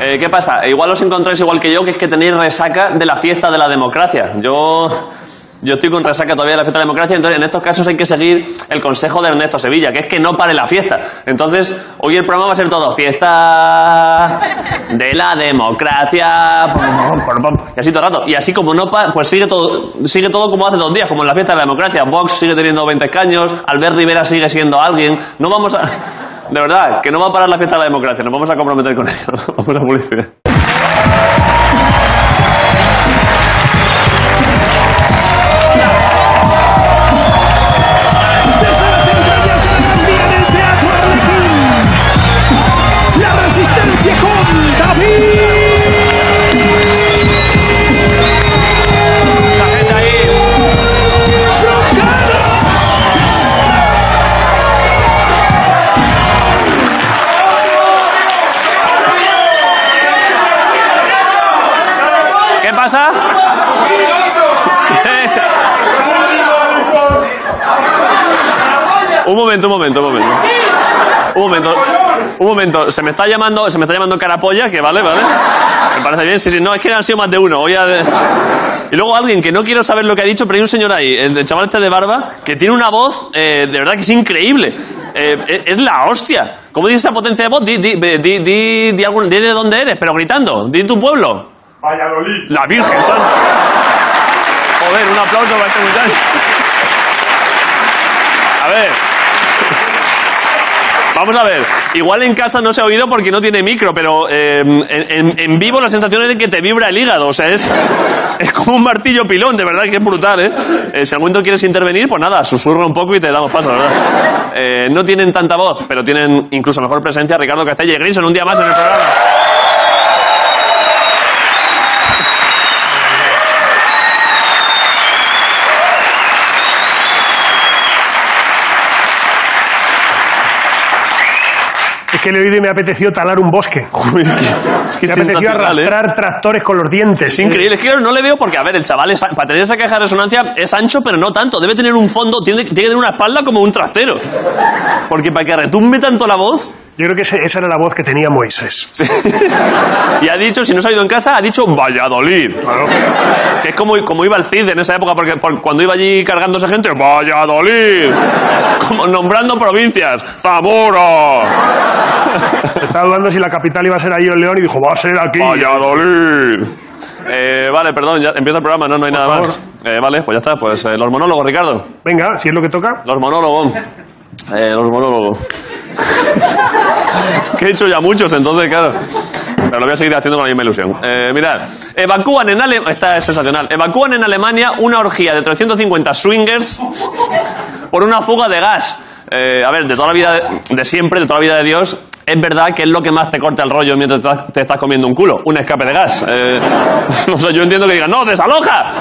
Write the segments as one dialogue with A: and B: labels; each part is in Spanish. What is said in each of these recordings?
A: Eh, ¿Qué pasa? Igual os encontráis igual que yo, que es que tenéis resaca de la fiesta de la democracia. Yo, yo estoy con resaca todavía de la fiesta de la democracia, entonces en estos casos hay que seguir el consejo de Ernesto Sevilla, que es que no pare la fiesta. Entonces, hoy el programa va a ser todo fiesta de la democracia. pom, pom, pom, pom, Y así todo el rato. Y así como no pa- pues sigue todo, sigue todo como hace dos días, como en la fiesta de la democracia. Vox sigue teniendo 20 escaños, Albert Rivera sigue siendo alguien. No vamos a... De verdad, que no va a parar la fiesta de la democracia, nos vamos a comprometer con ello. Vamos a publicidad.
B: Desde las entrañas de la sandía del Teatro Arlequín. La resistencia con David.
A: Esa gente ahí. ¿Qué pasa? Un momento, un momento, un momento. Un momento, un momento. Se me está llamando, se me está llamando carapolla, que vale, vale. Me parece bien, sí, sí. No, es que han sido más de uno. Voy a... Y luego alguien que no quiero saber lo que ha dicho, pero hay un señor ahí, el del chaval este de barba, que tiene una voz, eh, de verdad que es increíble. Eh, es- es la hostia. ¿Cómo dices esa potencia de voz? Di, di, di, di, di algún- di de dónde eres, pero gritando. Di tu pueblo.
C: Valladolid.
A: La Virgen Santa. Joder, un aplauso para este muchacho. A ver. Vamos a ver. Igual en casa no se ha oído porque no tiene micro, pero eh, en, en- en vivo la sensación es de que te vibra el hígado. O sea, es, es como un martillo pilón, de verdad que es brutal, ¿eh? Eh, Si algún momento quieres intervenir, pues nada, susurra un poco y te damos paso, la verdad. Eh, no tienen tanta voz, pero tienen incluso mejor presencia Ricardo Castella y Grison un día más en el programa.
D: Es que le he oído y me ha apetecido talar un bosque.
A: Uy, es que- es que
D: Me
A: es
D: ha apetecido
A: sensacional, ¿eh?
D: arrastrar tractores con los dientes.
A: Es increíble, es que no le veo porque, a ver, el chaval, es- para tener esa caja de resonancia, es ancho, pero no tanto. Debe tener un fondo, tiene, tiene que tener una espalda como un trastero. Porque para que retumbe tanto la voz,
D: Yo creo que ese- esa era la voz que tenía Moisés.
A: y ha dicho, si no se ha ido en casa, ha dicho Valladolid. Que es como, como iba el Cid en esa época, porque por- cuando iba allí cargándose gente, Valladolid. Como nombrando provincias, Zamora,
D: Estaba dudando si la capital iba a ser ahí o en León y dijo, va a ser aquí.
A: Valladolid. Eh, vale, perdón, ya empieza el programa, no, no hay nada
D: favor.
A: más. Eh, vale, pues ya está, pues eh, los monólogos, Ricardo.
D: Venga, si es lo que toca.
A: Los monólogos. Eh, los monólogos. que he hecho ya muchos, entonces, claro. Pero lo voy a seguir haciendo con la misma ilusión. Eh, mirad, evacúan en Alemania. Esta es sensacional. Evacúan en Alemania una orgía de 350 swingers por una fuga de gas. Eh, a ver, de toda la vida, de, de siempre, de toda la vida de Dios, es verdad que es lo que más te corta el rollo mientras te estás- te estás comiendo un culo. Un escape de gas. Eh, o sea, yo entiendo que digan, no, desaloja.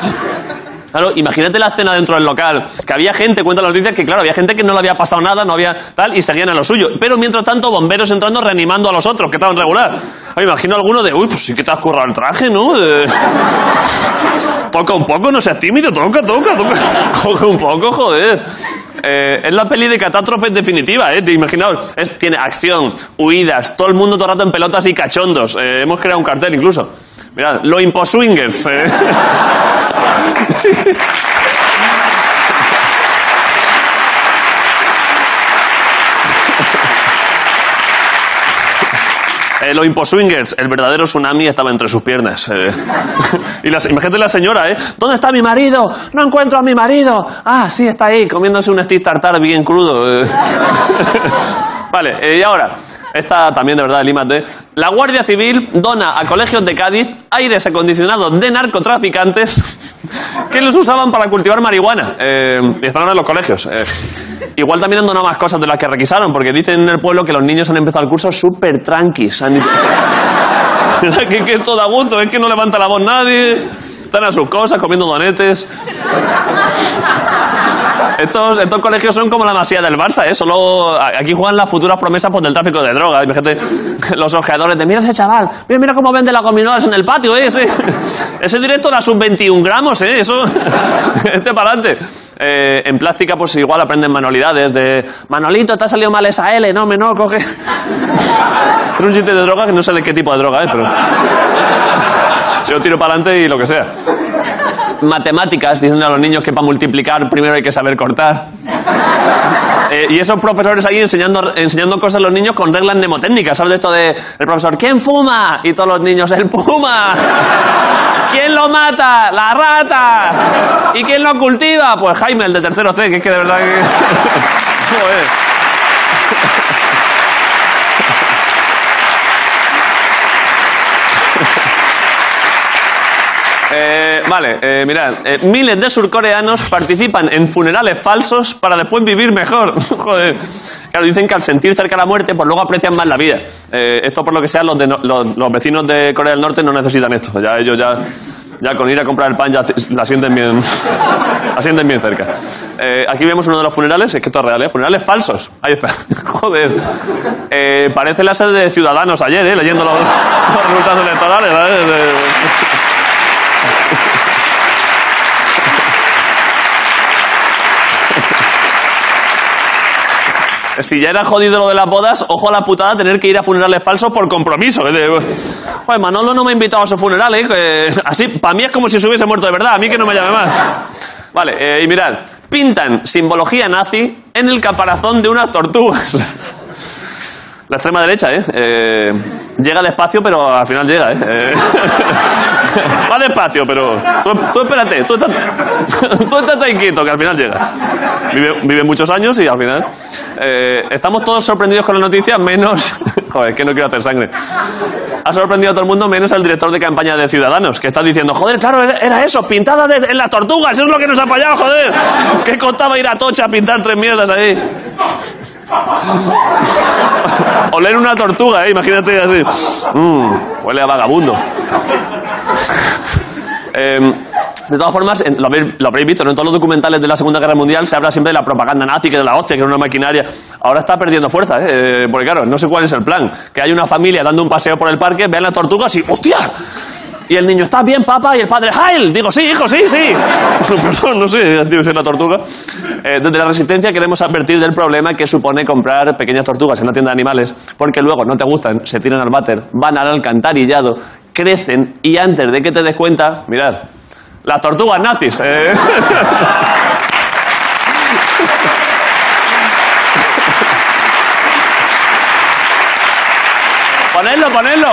A: Claro, imagínate la escena dentro del local, que había gente, cuenta las noticias, que claro, había gente que no le había pasado nada, no había tal, y seguían a lo suyo. Pero mientras tanto, bomberos entrando reanimando a los otros, que estaban regular. Me imagino alguno de, uy, pues sí que te has currado el traje, ¿no? Eh, toca un poco, no seas tímido, toca, toca, toca, toca un poco, joder. Eh, es la peli de catástrofes definitiva, ¿eh? Te imaginaos, es, tiene acción, huidas, todo el mundo todo el rato en pelotas y cachondos. Eh, hemos creado un cartel incluso. Mirad, lo imposwingers. Eh. Eh, los imposwingers, el verdadero tsunami estaba entre sus piernas. eh. y las, imagínate la señora, ¿eh? ¿Dónde está mi marido? No encuentro a mi marido. Ah, sí, está ahí, comiéndose un steak tartar bien crudo. eh. vale, eh, y ahora, esta también de verdad, límate. La Guardia Civil dona a colegios de Cádiz aires acondicionados de narcotraficantes que los usaban para cultivar marihuana. Eh, y están ahora en los colegios. eh. Igual también han donado más cosas de las que requisaron, porque dicen en el pueblo que los niños han empezado el curso súper tranquis. Han dicho- Es que, que esto da gusto, es que no levanta la voz nadie. Están a sus cosas, comiendo donetes. Estos, estos colegios son como la masía del Barça, ¿eh? Solo a- aquí juegan las futuras promesas pues, del tráfico de drogas. Imagínate los ojeadores de, mira ese chaval, mira, mira cómo vende las gominolas en el patio, ¿eh? Ese, ese directo era sub 21 gramos, ¿eh? Eso, este para adelante. Eh, en plástica, pues igual aprenden manualidades de, Manolito, te ha salido mal esa L, no, menor, coge... Es un chiste de droga que no sé de qué tipo de droga es, pero. Yo tiro para adelante y lo que sea. Matemáticas, dicen a los niños que para multiplicar primero hay que saber cortar. Eh, y esos profesores ahí enseñando, enseñando cosas a los niños con reglas mnemotécnicas. ¿Sabes de esto de el profesor, ¿quién fuma? Y todos los niños, el puma. ¿Quién lo mata? La rata. ¿Y quién lo cultiva? Pues Jaime, el de tercero C, que es que de verdad que... Joder. Eh, vale, eh, mirad. eh, miles de surcoreanos participan en funerales falsos para después vivir mejor. Joder. Claro, dicen que al sentir cerca la muerte, pues luego aprecian más la vida. Eh, esto, por lo que sea, los, de no- los, los vecinos de Corea del Norte no necesitan esto. Ya ellos ya. Ya con ir a comprar el pan ya se- la sienten bien, la sienten bien cerca. Eh, aquí vemos uno de los funerales, es que esto es real, ¿eh? Funerales falsos. Ahí está. Joder. Eh, parece la sede de Ciudadanos ayer, ¿eh? Leyendo los, los resultados electorales. ¿eh? De- Si ya era jodido lo de las bodas, ojo a la putada tener que ir a funerales falsos por compromiso. ¿eh? De- Joder, Manolo no me ha invitado a su funeral, ¿eh? Que- Así, para mí es como si se hubiese muerto de verdad, a mí que no me llame más. Vale, eh, y mirad, pintan simbología nazi en el caparazón de unas tortugas. La extrema derecha, ¿eh? Eh, Llega despacio, pero al final llega, ¿eh? Eh, Va despacio, pero... Tú, tú espérate, tú estás, tú estás ahí quieto, que al final llega. Vive, vive muchos años y al final... eh, estamos todos sorprendidos con la noticia, menos... Joder, es que no quiero hacer sangre. Ha sorprendido a todo el mundo, menos al director de campaña de Ciudadanos, que está diciendo, joder, claro, era, era eso, pintada de- en las tortugas, eso es lo que nos ha fallado, joder. ¿Qué costaba ir a Tocha a pintar tres mierdas ahí? Oler una tortuga, ¿eh? imagínate así. Mm, huele a vagabundo. Em, de todas formas, en- lo habéis, lo habréis visto, ¿no? en todos los documentales de la Segunda Guerra Mundial se habla siempre de la propaganda nazi, que era la hostia, que era una maquinaria. Ahora está perdiendo fuerza, ¿eh? Eh, porque claro, no sé cuál es el plan. Que hay una familia dando un paseo por el parque, vean las tortugas y ¡hostia! Y el niño, ¿estás bien, papá? Y el padre, ¡Heil! Digo, sí, hijo, sí, sí. Perdón, no sé, debe ser una tortuga. Eh, desde la Resistencia queremos advertir del problema que supone comprar pequeñas tortugas en una tienda de animales, porque luego no te gustan, se tiran al váter, van al alcantarillado, crecen y antes de que te des cuenta, mirad, las tortugas nazis. eh. ponedlo, ponedlo.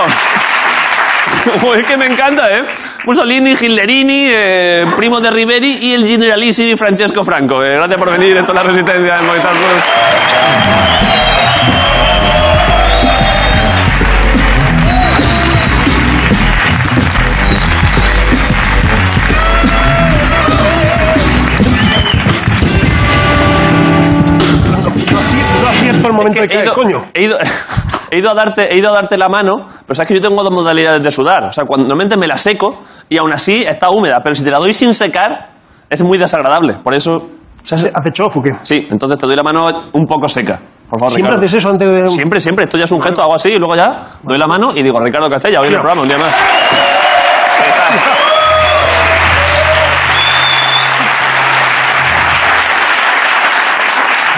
A: Joder, es que me encanta, ¿eh? Mussolini, Hitlerini, eh, primo de Riveri y el generalísimo Francesco Franco. Eh, gracias por venir, esto es la resistencia del Movistar Plus.
D: No acierto el momento de
A: que he
D: caer,
A: ido-
D: coño.
A: He ido, he ido a darte, he ido a darte la mano, pero sabes que yo tengo dos modalidades de sudar. O sea, cuando normalmente me la seco y aún así está húmeda, pero si te la doy sin secar es muy desagradable. Por eso,
D: ¿Hace- ¿Hace chofu qué?
A: sí, entonces te doy la mano un poco seca. Por favor,
D: ¿Siempre
A: Ricardo.
D: haces eso antes de...?
A: Siempre, siempre. Esto ya es un gesto, hago así y luego ya doy la mano y digo, Ricardo Castella, hoy en el
D: Tío.
A: programa, un día más.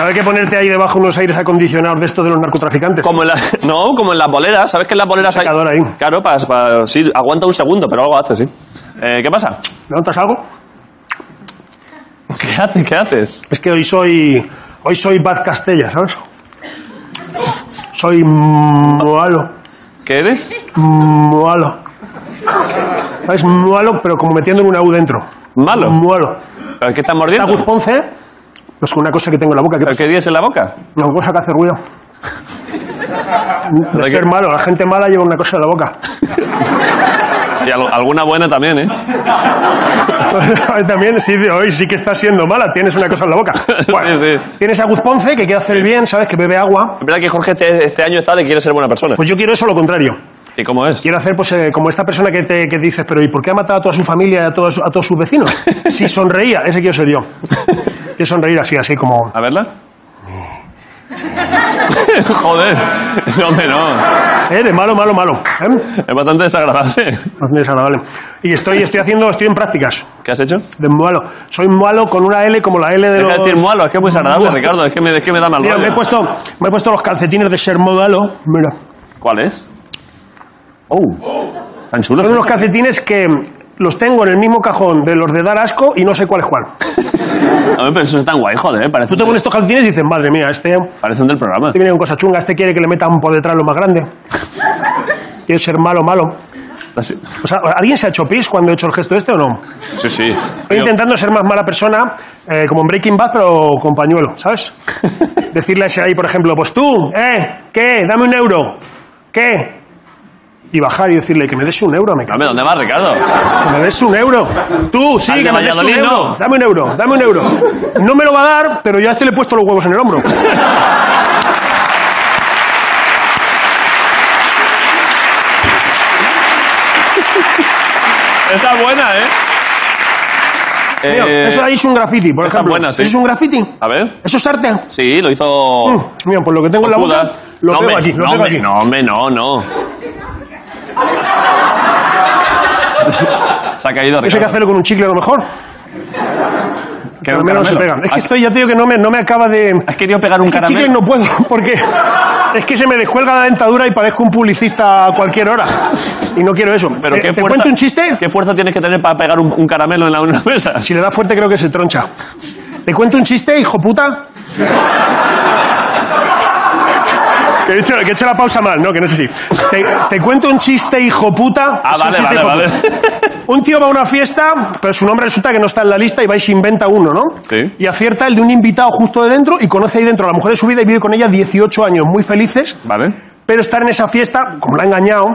D: Hay que ponerte ahí debajo unos aires acondicionados de estos de los narcotraficantes.
A: Como en la- no, como en las boleras. ¿Sabes que en las boleras hay...?
D: secador ahí.
A: Claro, para, para- sí, aguanta un segundo, pero algo hace, sí. Eh, ¿Qué pasa?
D: ¿Levantas algo?
A: ¿Qué haces? ¿Qué haces?
D: Es que hoy soy... Hoy soy Bad Castella, ¿sabes? Soy... Moalo.
A: ¿Qué eres?
D: Moalo. ¿Sabes? Moalo, pero como metiendo una U dentro.
A: Malo.
D: Moalo.
A: ¿Pero ¿Qué estás
D: Está
A: mordiendo?
D: Guz Ponce... Pues con una cosa que tengo en la boca, que
A: ¿Pero qué tienes en la boca?
D: una cosa que hace ruido. De
A: que-
D: ser malo, la gente mala lleva una cosa en la boca.
A: Y al- alguna buena también, ¿eh?
D: También, sí, de hoy sí que estás siendo mala, tienes una cosa en la boca. Bueno,
A: Sí, sí.
D: tienes a Guz Ponce que quiere hacer el bien, ¿sabes? Que bebe agua.
A: Es verdad que Jorge este, este año está de quiere ser buena persona.
D: Pues yo quiero eso lo contrario.
A: ¿Y cómo es?
D: Quiero hacer, pues, eh, como esta persona que, te, que dices, pero ¿y por qué ha matado a toda su familia y a todos, a todos sus vecinos? Si sonreía, ese quiero ser yo. Quiero sonreír así, así como.
A: ¿A verla? Joder. No, hombre, no.
D: ¿Eh? De malo, malo, malo. ¿eh?
A: Es bastante desagradable.
D: No es desagradable. Y estoy, estoy haciendo, estoy en prácticas.
A: ¿Qué has hecho?
D: De malo. Soy malo con una L como la L de
A: Deja de
D: los.
A: decir malo, es que es muy desagradable, Ricardo. Es que me, es que me da mal
D: Mira,
A: rollo.
D: me he puesto, me he puesto los calcetines de ser modalo. Mira.
A: ¿Cuál es? Oh, tan chulo.
D: Son unos calcetines que los tengo en el mismo cajón de los de dar asco y no sé cuál es cuál.
A: A ver, pero eso es tan guay, joder, ¿eh? parece,
D: Tú te pones estos calcetines y dices, madre mía, este, este
A: parece un del programa.
D: viene con cosa chunga, este quiere que le metan por detrás lo más grande. Quiere ser malo, malo.
A: Así-
D: O sea, ¿alguien se ha hecho pis cuando he hecho el gesto este o no?
A: Sí, sí.
D: Estoy intentando ser más mala persona, eh, como en Breaking Bad, pero con pañuelo, ¿sabes? Decirle a ese ahí, por ejemplo, pues tú, ¿eh? ¿Qué? Dame un euro. ¿Qué? Y bajar y decirle que me des un euro, me cago.
A: Dame, ¿dónde vas, Ricardo?
D: Que me des un euro. Tú, sí,
A: Al de
D: que me des un
A: Valladolid,
D: euro.
A: no.
D: Dame un euro, dame un euro. No me lo va a dar, pero ya se le he puesto los huevos en el hombro.
A: Está buena, ¿eh?
D: Mira,
A: Eh,
D: eso ahí es un graffiti, por
A: esa
D: ejemplo.
A: buena, sí.
D: Eso es un graffiti.
A: A ver.
D: Eso es arte.
A: Sí, lo hizo.
D: Mira, pues lo que tengo en la boca,
A: Buda.
D: lo
A: no,
D: tengo
A: hombre,
D: aquí, lo
A: no,
D: tengo
A: hombre,
D: aquí.
A: no, hombre, no, no. Se ha caído
D: Eso hay que
A: Ricardo.
D: hacerlo con un chicle a lo mejor.
A: Que
D: Pero
A: un
D: a mí no se
A: caramelo.
D: pegan. Es que
A: ¿Has,
D: estoy, ya te digo que no me, no me acaba de...
A: has querido pegar un caramelo?
D: Chicles no puedo, porque es que se me descuelga la dentadura y parezco un publicista a cualquier hora. Y no quiero eso.
A: Pero
D: Eh,
A: qué
D: ¿Te
A: fuerza-
D: cuento un chiste?
A: ¿Qué fuerza tienes que tener para pegar un, un caramelo en la una mesa?
D: Si le da fuerte creo que se troncha. ¿Te cuento un chiste, hijo puta? Que he, hecho, que he hecho la pausa mal, no, que no es así. Te, te cuento un chiste, hijo puta.
A: Ah,
D: Es un
A: vale,
D: chiste,
A: vale,
D: hijo
A: vale.
D: puta. Un tío va a una fiesta, pero su nombre resulta que no está en la lista y va y se inventa uno, ¿no?
A: Sí.
D: Y acierta el de un invitado justo de dentro y conoce ahí dentro a la mujer de su vida y vive con ella 18 años, muy felices.
A: Vale.
D: Pero estar en esa fiesta, como la ha engañado,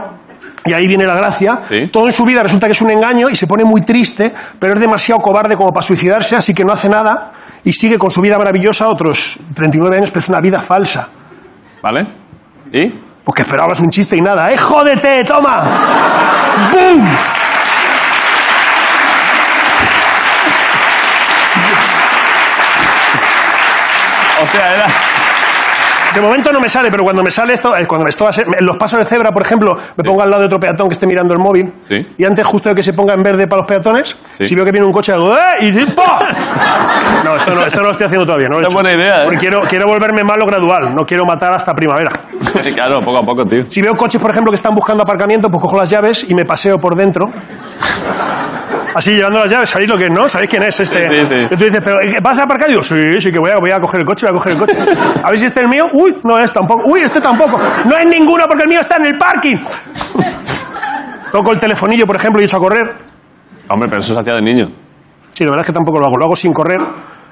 D: y ahí viene la gracia,
A: Sí.
D: todo en su vida resulta que es un engaño y se pone muy triste, pero es demasiado cobarde como para suicidarse, así que no hace nada y sigue con su vida maravillosa otros 39 años, pero es una vida falsa.
A: Vale. ¿Y?
D: Porque esperabas un chiste y nada, ¡eh, jódete, toma! ¡Bum!
A: O sea, era.
D: De momento no me sale, pero cuando me sale esto, eh, cuando me esto va a ser- en los pasos de cebra, por ejemplo, me pongo al lado de otro peatón que esté mirando el móvil,
A: Sí.
D: y antes justo de que se ponga en verde para los peatones,
A: Sí.
D: si veo que viene un coche, hago ¡eh! y digo, ¡pah! No, esto no, esto no lo estoy haciendo todavía, ¿no? lo he
A: Qué
D: hecho.
A: buena idea, ¿eh?
D: Porque quiero, quiero volverme malo gradual, no quiero matar hasta primavera.
A: claro, poco a poco, tío.
D: Si veo coches, por ejemplo, que están buscando aparcamiento, pues cojo las llaves y me paseo por dentro. Así, llevando las llaves, ¿sabéis lo que es, no? ¿Sabéis quién es este?
A: Sí, sí, sí.
D: Y tú dices, ¿pero eh, vas a aparcar? Y digo, sí, sí, que voy a, voy a coger el coche, voy a coger el coche. A ver si este es el mío. Uy, no es tampoco. Uy, este tampoco. No es ninguno porque el mío está en el parking. Toco el telefonillo, por ejemplo, y echo a correr.
A: Hombre, pero eso se hacía de niño.
D: Sí, la verdad es que tampoco lo hago. Lo hago sin correr,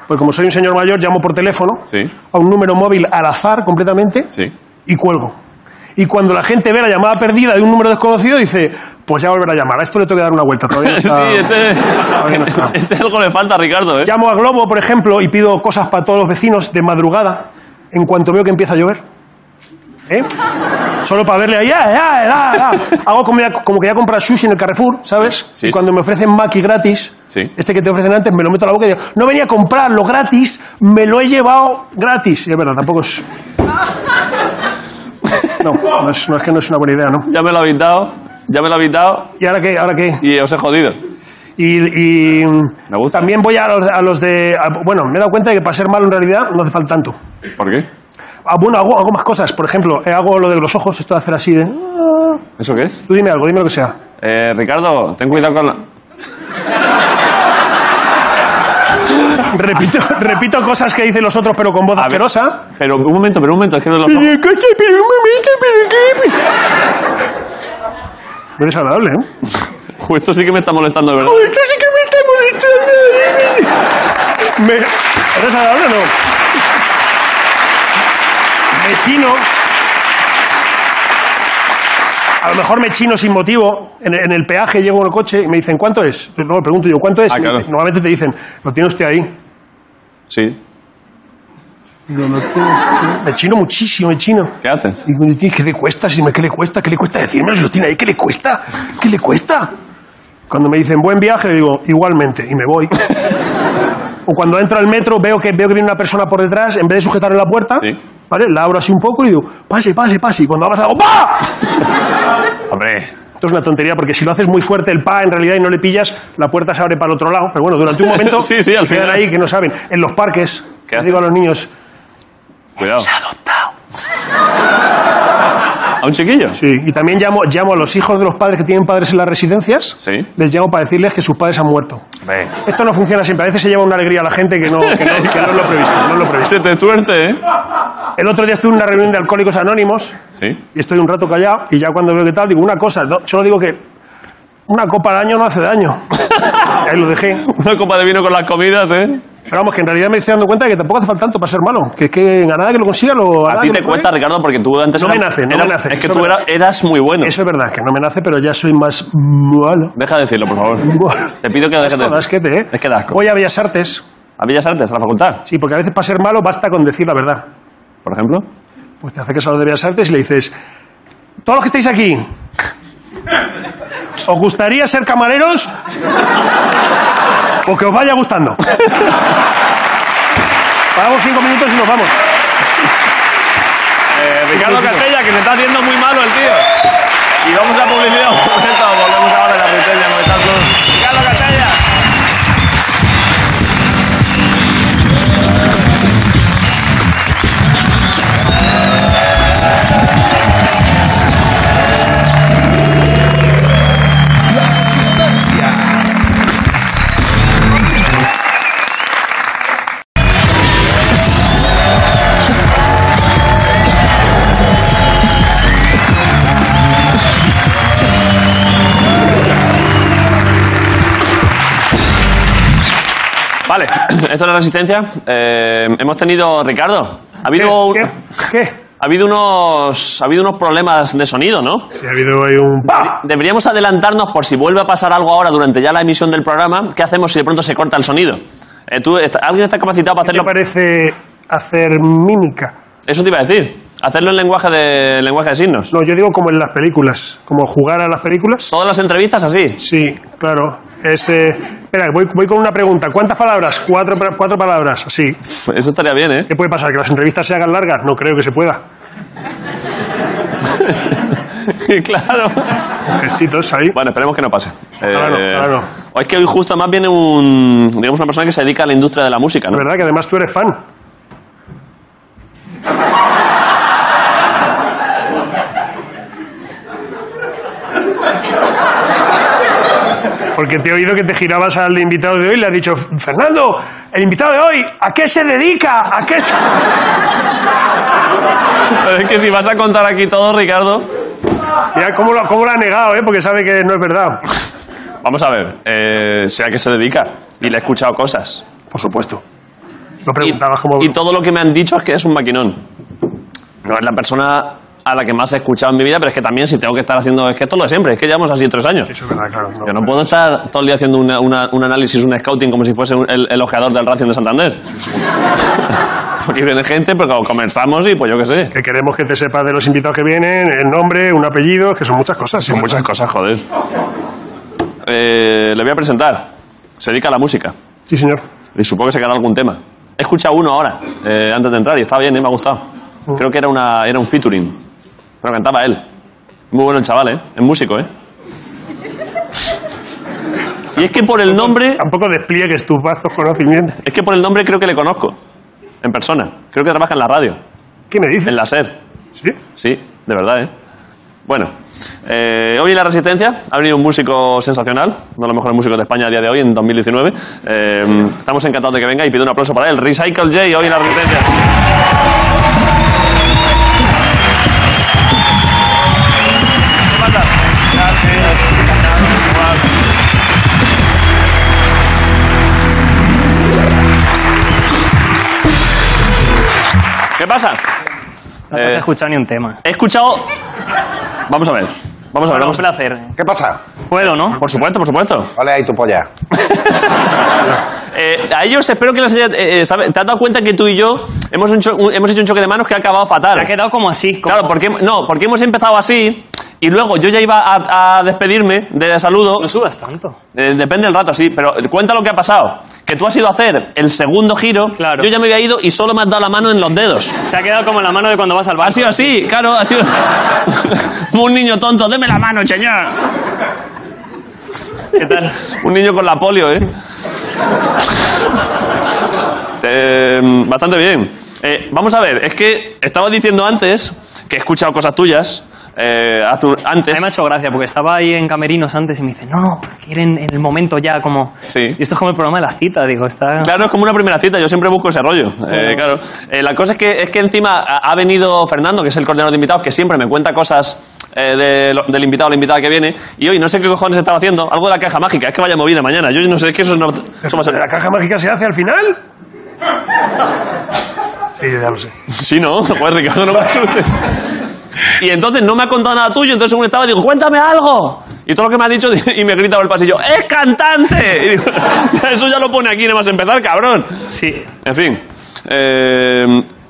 D: porque como soy un señor mayor, llamo por teléfono
A: Sí.
D: a un número móvil al azar completamente
A: Sí.
D: y cuelgo. Y cuando la gente ve la llamada perdida de un número desconocido, dice, pues ya volverá a llamar. A esto le tengo que dar una vuelta todavía. no
A: Sí,
D: está-
A: este,
D: todavía no está.
A: este algo le falta a Ricardo, ¿eh?
D: Llamo a Globo, por ejemplo, y pido cosas para todos los vecinos de madrugada en cuanto veo que empieza a llover. ¿Eh? Solo para verle ahí, ¡ah, ah, ah, ah! Hago como, ya- como que ya compras sushi en el Carrefour, ¿sabes?
A: Sí.
D: y cuando me ofrecen maqui gratis,
A: Sí.
D: este que te ofrecen antes, me lo meto a la boca y digo, no venía a comprarlo gratis, me lo he llevado gratis. Y es verdad, tampoco es... No, no es, no es que no es una buena idea, ¿no?
A: Ya me lo ha habitado. Ya me lo ha habitado
D: ¿Y ahora qué? ¿Ahora qué?
A: y os he jodido.
D: Y, y,
A: gusta.
D: también voy a los, a los de... a- bueno, me he dado cuenta de que para ser malo en realidad no hace falta tanto.
A: ¿Por qué?
D: Ah, bueno, hago, hago más cosas. Por ejemplo, eh, hago lo de los ojos, esto de hacer así de...
A: ¿Eso qué es?
D: Tú dime algo, dime lo que sea.
A: Eh, Ricardo, ten cuidado con la.
D: Repito, repito cosas que dicen los otros, pero con voz
A: ver.
D: asquerosa.
A: Pero un momento, pero un momento, es que no lo somos.
D: pero un momento, pero qué... Eres agradable, ¿eh?
A: Esto sí que me está molestando, de verdad.
D: Esto sí que me está molestando. Me... ¿Eres agradable o no? Me chino. A lo mejor me chino sin motivo. En, en el peaje llego en el coche y me dicen, ¿cuánto es? Yo luego pregunto yo, ¿cuánto es?
A: Ah,
D: Y me
A: claro.
D: dicen- normalmente te dicen, lo tiene usted ahí.
A: Sí.
D: Me chino muchísimo, me chino.
A: ¿Qué haces?
D: Digo, "¿Y ¿qué le cuesta? Si me- ¿Qué le cuesta? ¿Qué le cuesta decirme? ¿Lo tiene ahí? ¿Qué le cuesta? ¿Qué le cuesta? Cuando me dicen buen viaje, digo, igualmente, y me voy. o cuando entro al metro, veo que, veo que viene una persona por detrás, en vez de sujetarle la puerta,
A: Sí.
D: ¿vale? la abro así un poco y digo, pase, pase, pase. Y cuando abras, hago ¡pa!
A: Hombre.
D: Esto es una tontería, porque si lo haces muy fuerte el pa, en realidad, y no le pillas, la puerta se abre para el otro lado. Pero bueno, durante un momento
A: Sí, sí, al
D: quedan
A: final.
D: ahí que no saben. En los parques,
A: ¿Qué
D: les digo a los niños,
A: Cuidado.
D: adoptado.
A: ¿A un chiquillo?
D: Sí, y también llamo, llamo a los hijos de los padres que tienen padres en las residencias.
A: Sí.
D: Les llamo para decirles que sus padres han muerto.
A: Hombre.
D: Esto no funciona siempre. A veces se lleva una alegría a la gente que no, que no- que no es lo previsto. no es lo previsto.
A: Se te tuerce, ¿eh?
D: El otro día estuve en una reunión de alcohólicos anónimos
A: Sí.
D: y estoy un rato callado y ya cuando veo que tal digo una cosa. no- solo digo que una copa al año no hace daño. Y Ahí lo dejé.
A: Una copa de vino con las comidas, ¿eh?
D: Pero vamos, que en realidad me estoy dando cuenta de que tampoco hace falta tanto para ser malo. Que es que a nada que lo consiga lo...
A: A
D: nada
A: ti
D: que
A: te
D: lo
A: cuesta,
D: pruebe.
A: Ricardo, porque tú antes...
D: No me
A: eras-
D: nace, no
A: eras-
D: me nace.
A: Es que
D: Eso
A: tú
D: me-
A: era- eras muy bueno.
D: Eso es verdad, que no me nace, pero ya soy más malo.
A: Deja de decirlo, por favor. Te pido que dejes de...
D: Joder, es que te- eh.
A: Es que da asco.
D: Voy a Bellas Artes.
A: A Bellas Artes, a la facultad,
D: Sí, porque a veces para ser malo basta con decir la verdad.
A: por ejemplo.
D: Pues te acercas a los de Bellas Artes y le dices, todos los que estáis aquí, ¿os gustaría ser camareros? O que os vaya gustando. Paramos cinco minutos y nos vamos.
A: Eh, Ricardo Castella, que se está haciendo muy malo el tío. Y vamos a publicidad un momento, volvemos ahora a la Riteña, no está Plus. Ricardo Castella. Vale, esto es la resistencia. Eh, hemos tenido, Ricardo, ha habido, un-
D: ¿Qué? ¿Qué?
A: ha habido unos, ha habido unos problemas de sonido, ¿no?
D: Sí, ha habido ahí un...
A: Deberíamos adelantarnos por si vuelve a pasar algo ahora durante ya la emisión del programa. ¿Qué hacemos si de pronto se corta el sonido? Eh, tú, est- ¿Alguien está capacitado para
D: ¿Qué te
A: hacerlo?
D: parece hacer mímica?
A: Eso te iba a decir. Hacerlo en lenguaje de, lenguaje de signos.
D: No, yo digo como en las películas, como jugar a las películas.
A: Todas las entrevistas así.
D: Sí, claro. Es, eh, Espera, voy, voy con una pregunta. ¿Cuántas palabras? Cuatro, pa- cuatro palabras, así.
A: Eso estaría bien, ¿eh?
D: ¿Qué puede pasar? ¿Que las entrevistas se hagan largas? No creo que se pueda.
A: claro.
D: Gestitos ahí.
A: Bueno, esperemos que no pase.
D: Claro, claro.
A: o Es que hoy justo más viene un, digamos, una persona que se dedica a la industria de la música, ¿no?
D: La verdad que además tú eres fan. Porque te he oído que te girabas al invitado de hoy y le has dicho, Fernando, el invitado de hoy, ¿a qué se dedica? ¿A qué se...
A: Pero es que si vas a contar aquí todo, Ricardo...
D: Mira cómo lo, cómo lo ha negado, ¿eh? porque sabe que no es verdad.
A: Vamos a ver, eh, sé a qué se dedica y le he escuchado cosas.
D: Por supuesto. No
A: Y,
D: preguntabas cómo...
A: y todo lo que me han dicho es que es un maquinón. No es la persona a la que más he escuchado en mi vida, pero es que también si tengo que estar haciendo... Es que esto es lo de siempre, es que llevamos así tres años.
D: Eso es verdad, claro. no.
A: Yo no puedo estar todo el día haciendo una- una- un análisis, un scouting, como si fuese un- el, el ojeador del Racing de Santander. Porque viene gente, pero como comenzamos y pues yo qué sé.
D: Que queremos que te sepas de los invitados que vienen, el nombre, un apellido, que son muchas cosas. Son
A: Muchas cosas, joder. Eh, le voy a presentar. Se dedica a la música.
D: Sí, señor.
A: Y supongo que se quedará algún tema. He escuchado uno ahora, eh, antes de entrar, y está bien, eh, me ha gustado. Creo que era, una, era un featuring. Pero cantaba él. Muy bueno el chaval, ¿eh? Es músico, ¿eh? Y es que por el nombre...
D: Tampoco despliegues tus vastos conocimientos.
A: Es que por el nombre creo que le conozco. En persona. Creo que trabaja en la radio.
D: ¿Qué me dices?
A: En la SER.
D: ¿Sí?
A: Sí, de verdad, ¿eh? Bueno, eh, hoy en La Resistencia ha venido un músico sensacional, uno de los mejores músicos de España a día de hoy, en 2019. Eh, estamos encantados de que venga y pido un aplauso para él. Recycle J, hoy en La Resistencia. ¿Qué pasa? ¿Qué pasa?
C: No te has
A: Eh.
C: escuchado ni un tema.
A: He escuchado. Vamos a ver. Vamos a ver.
C: Un
A: Vamos a ver.
C: placer.
E: ¿Qué pasa?
C: Puedo, ¿no?
A: Por supuesto, por supuesto.
E: Vale, ahí tu polla.
A: Eh, a ellos espero que les haya. eh, eh, ¿sabe? ¿Te has dado cuenta que tú y yo hemos hecho un, hemos hecho un choque de manos que ha acabado fatal?
C: Te ha quedado como así. como-
A: Claro, porque, no, porque hemos empezado así y luego yo ya iba a, a despedirme de saludo.
C: No subas tanto.
A: Eh, depende del rato, sí, pero cuenta lo que ha pasado. Que tú has ido a hacer el segundo giro,
C: Claro.
A: yo ya me había ido y solo me has dado la mano en los dedos.
C: Se ha quedado como en la mano de cuando vas al
A: Ha
C: bar.
A: sido así, claro, ha sido. Como un niño tonto, deme la mano, señor. ¿Qué tal? Un niño con la polio, ¿eh? Eh, bastante bien. Eh, vamos a ver, es que estaba diciendo antes que he escuchado cosas tuyas. eh, hace un-
C: A mí me ha
A: antes.
C: hecho gracia porque estaba ahí en camerinos antes y me dice, no, no, quieren en el momento ya como...
A: Sí.
C: Y esto es como el programa de la cita, digo, está...
A: Claro, es como una primera cita, yo siempre busco ese rollo. Eh, claro. Eh, la cosa es que, es que encima ha ha venido Fernando, que es el coordinador de invitados, que siempre me cuenta cosas eh, de lo- del invitado o la invitada que viene, y hoy no sé qué cojones estaba haciendo, algo de la caja mágica, es que vaya movida mañana, yo no sé, es que eso es... No, eso va a ser-
D: ¿La caja mágica se hace al final? Sí, ya lo sé.
A: Sí, no, joder, Ricardo, no me asustes. Y entonces no me ha contado nada tuyo, entonces según estaba digo, cuéntame algo. Y todo lo que me ha dicho, y me grita por el pasillo, ¡es cantante! Y digo, eso ya lo pone aquí, nada más empezar, cabrón.
C: Sí.
A: En fin. eh,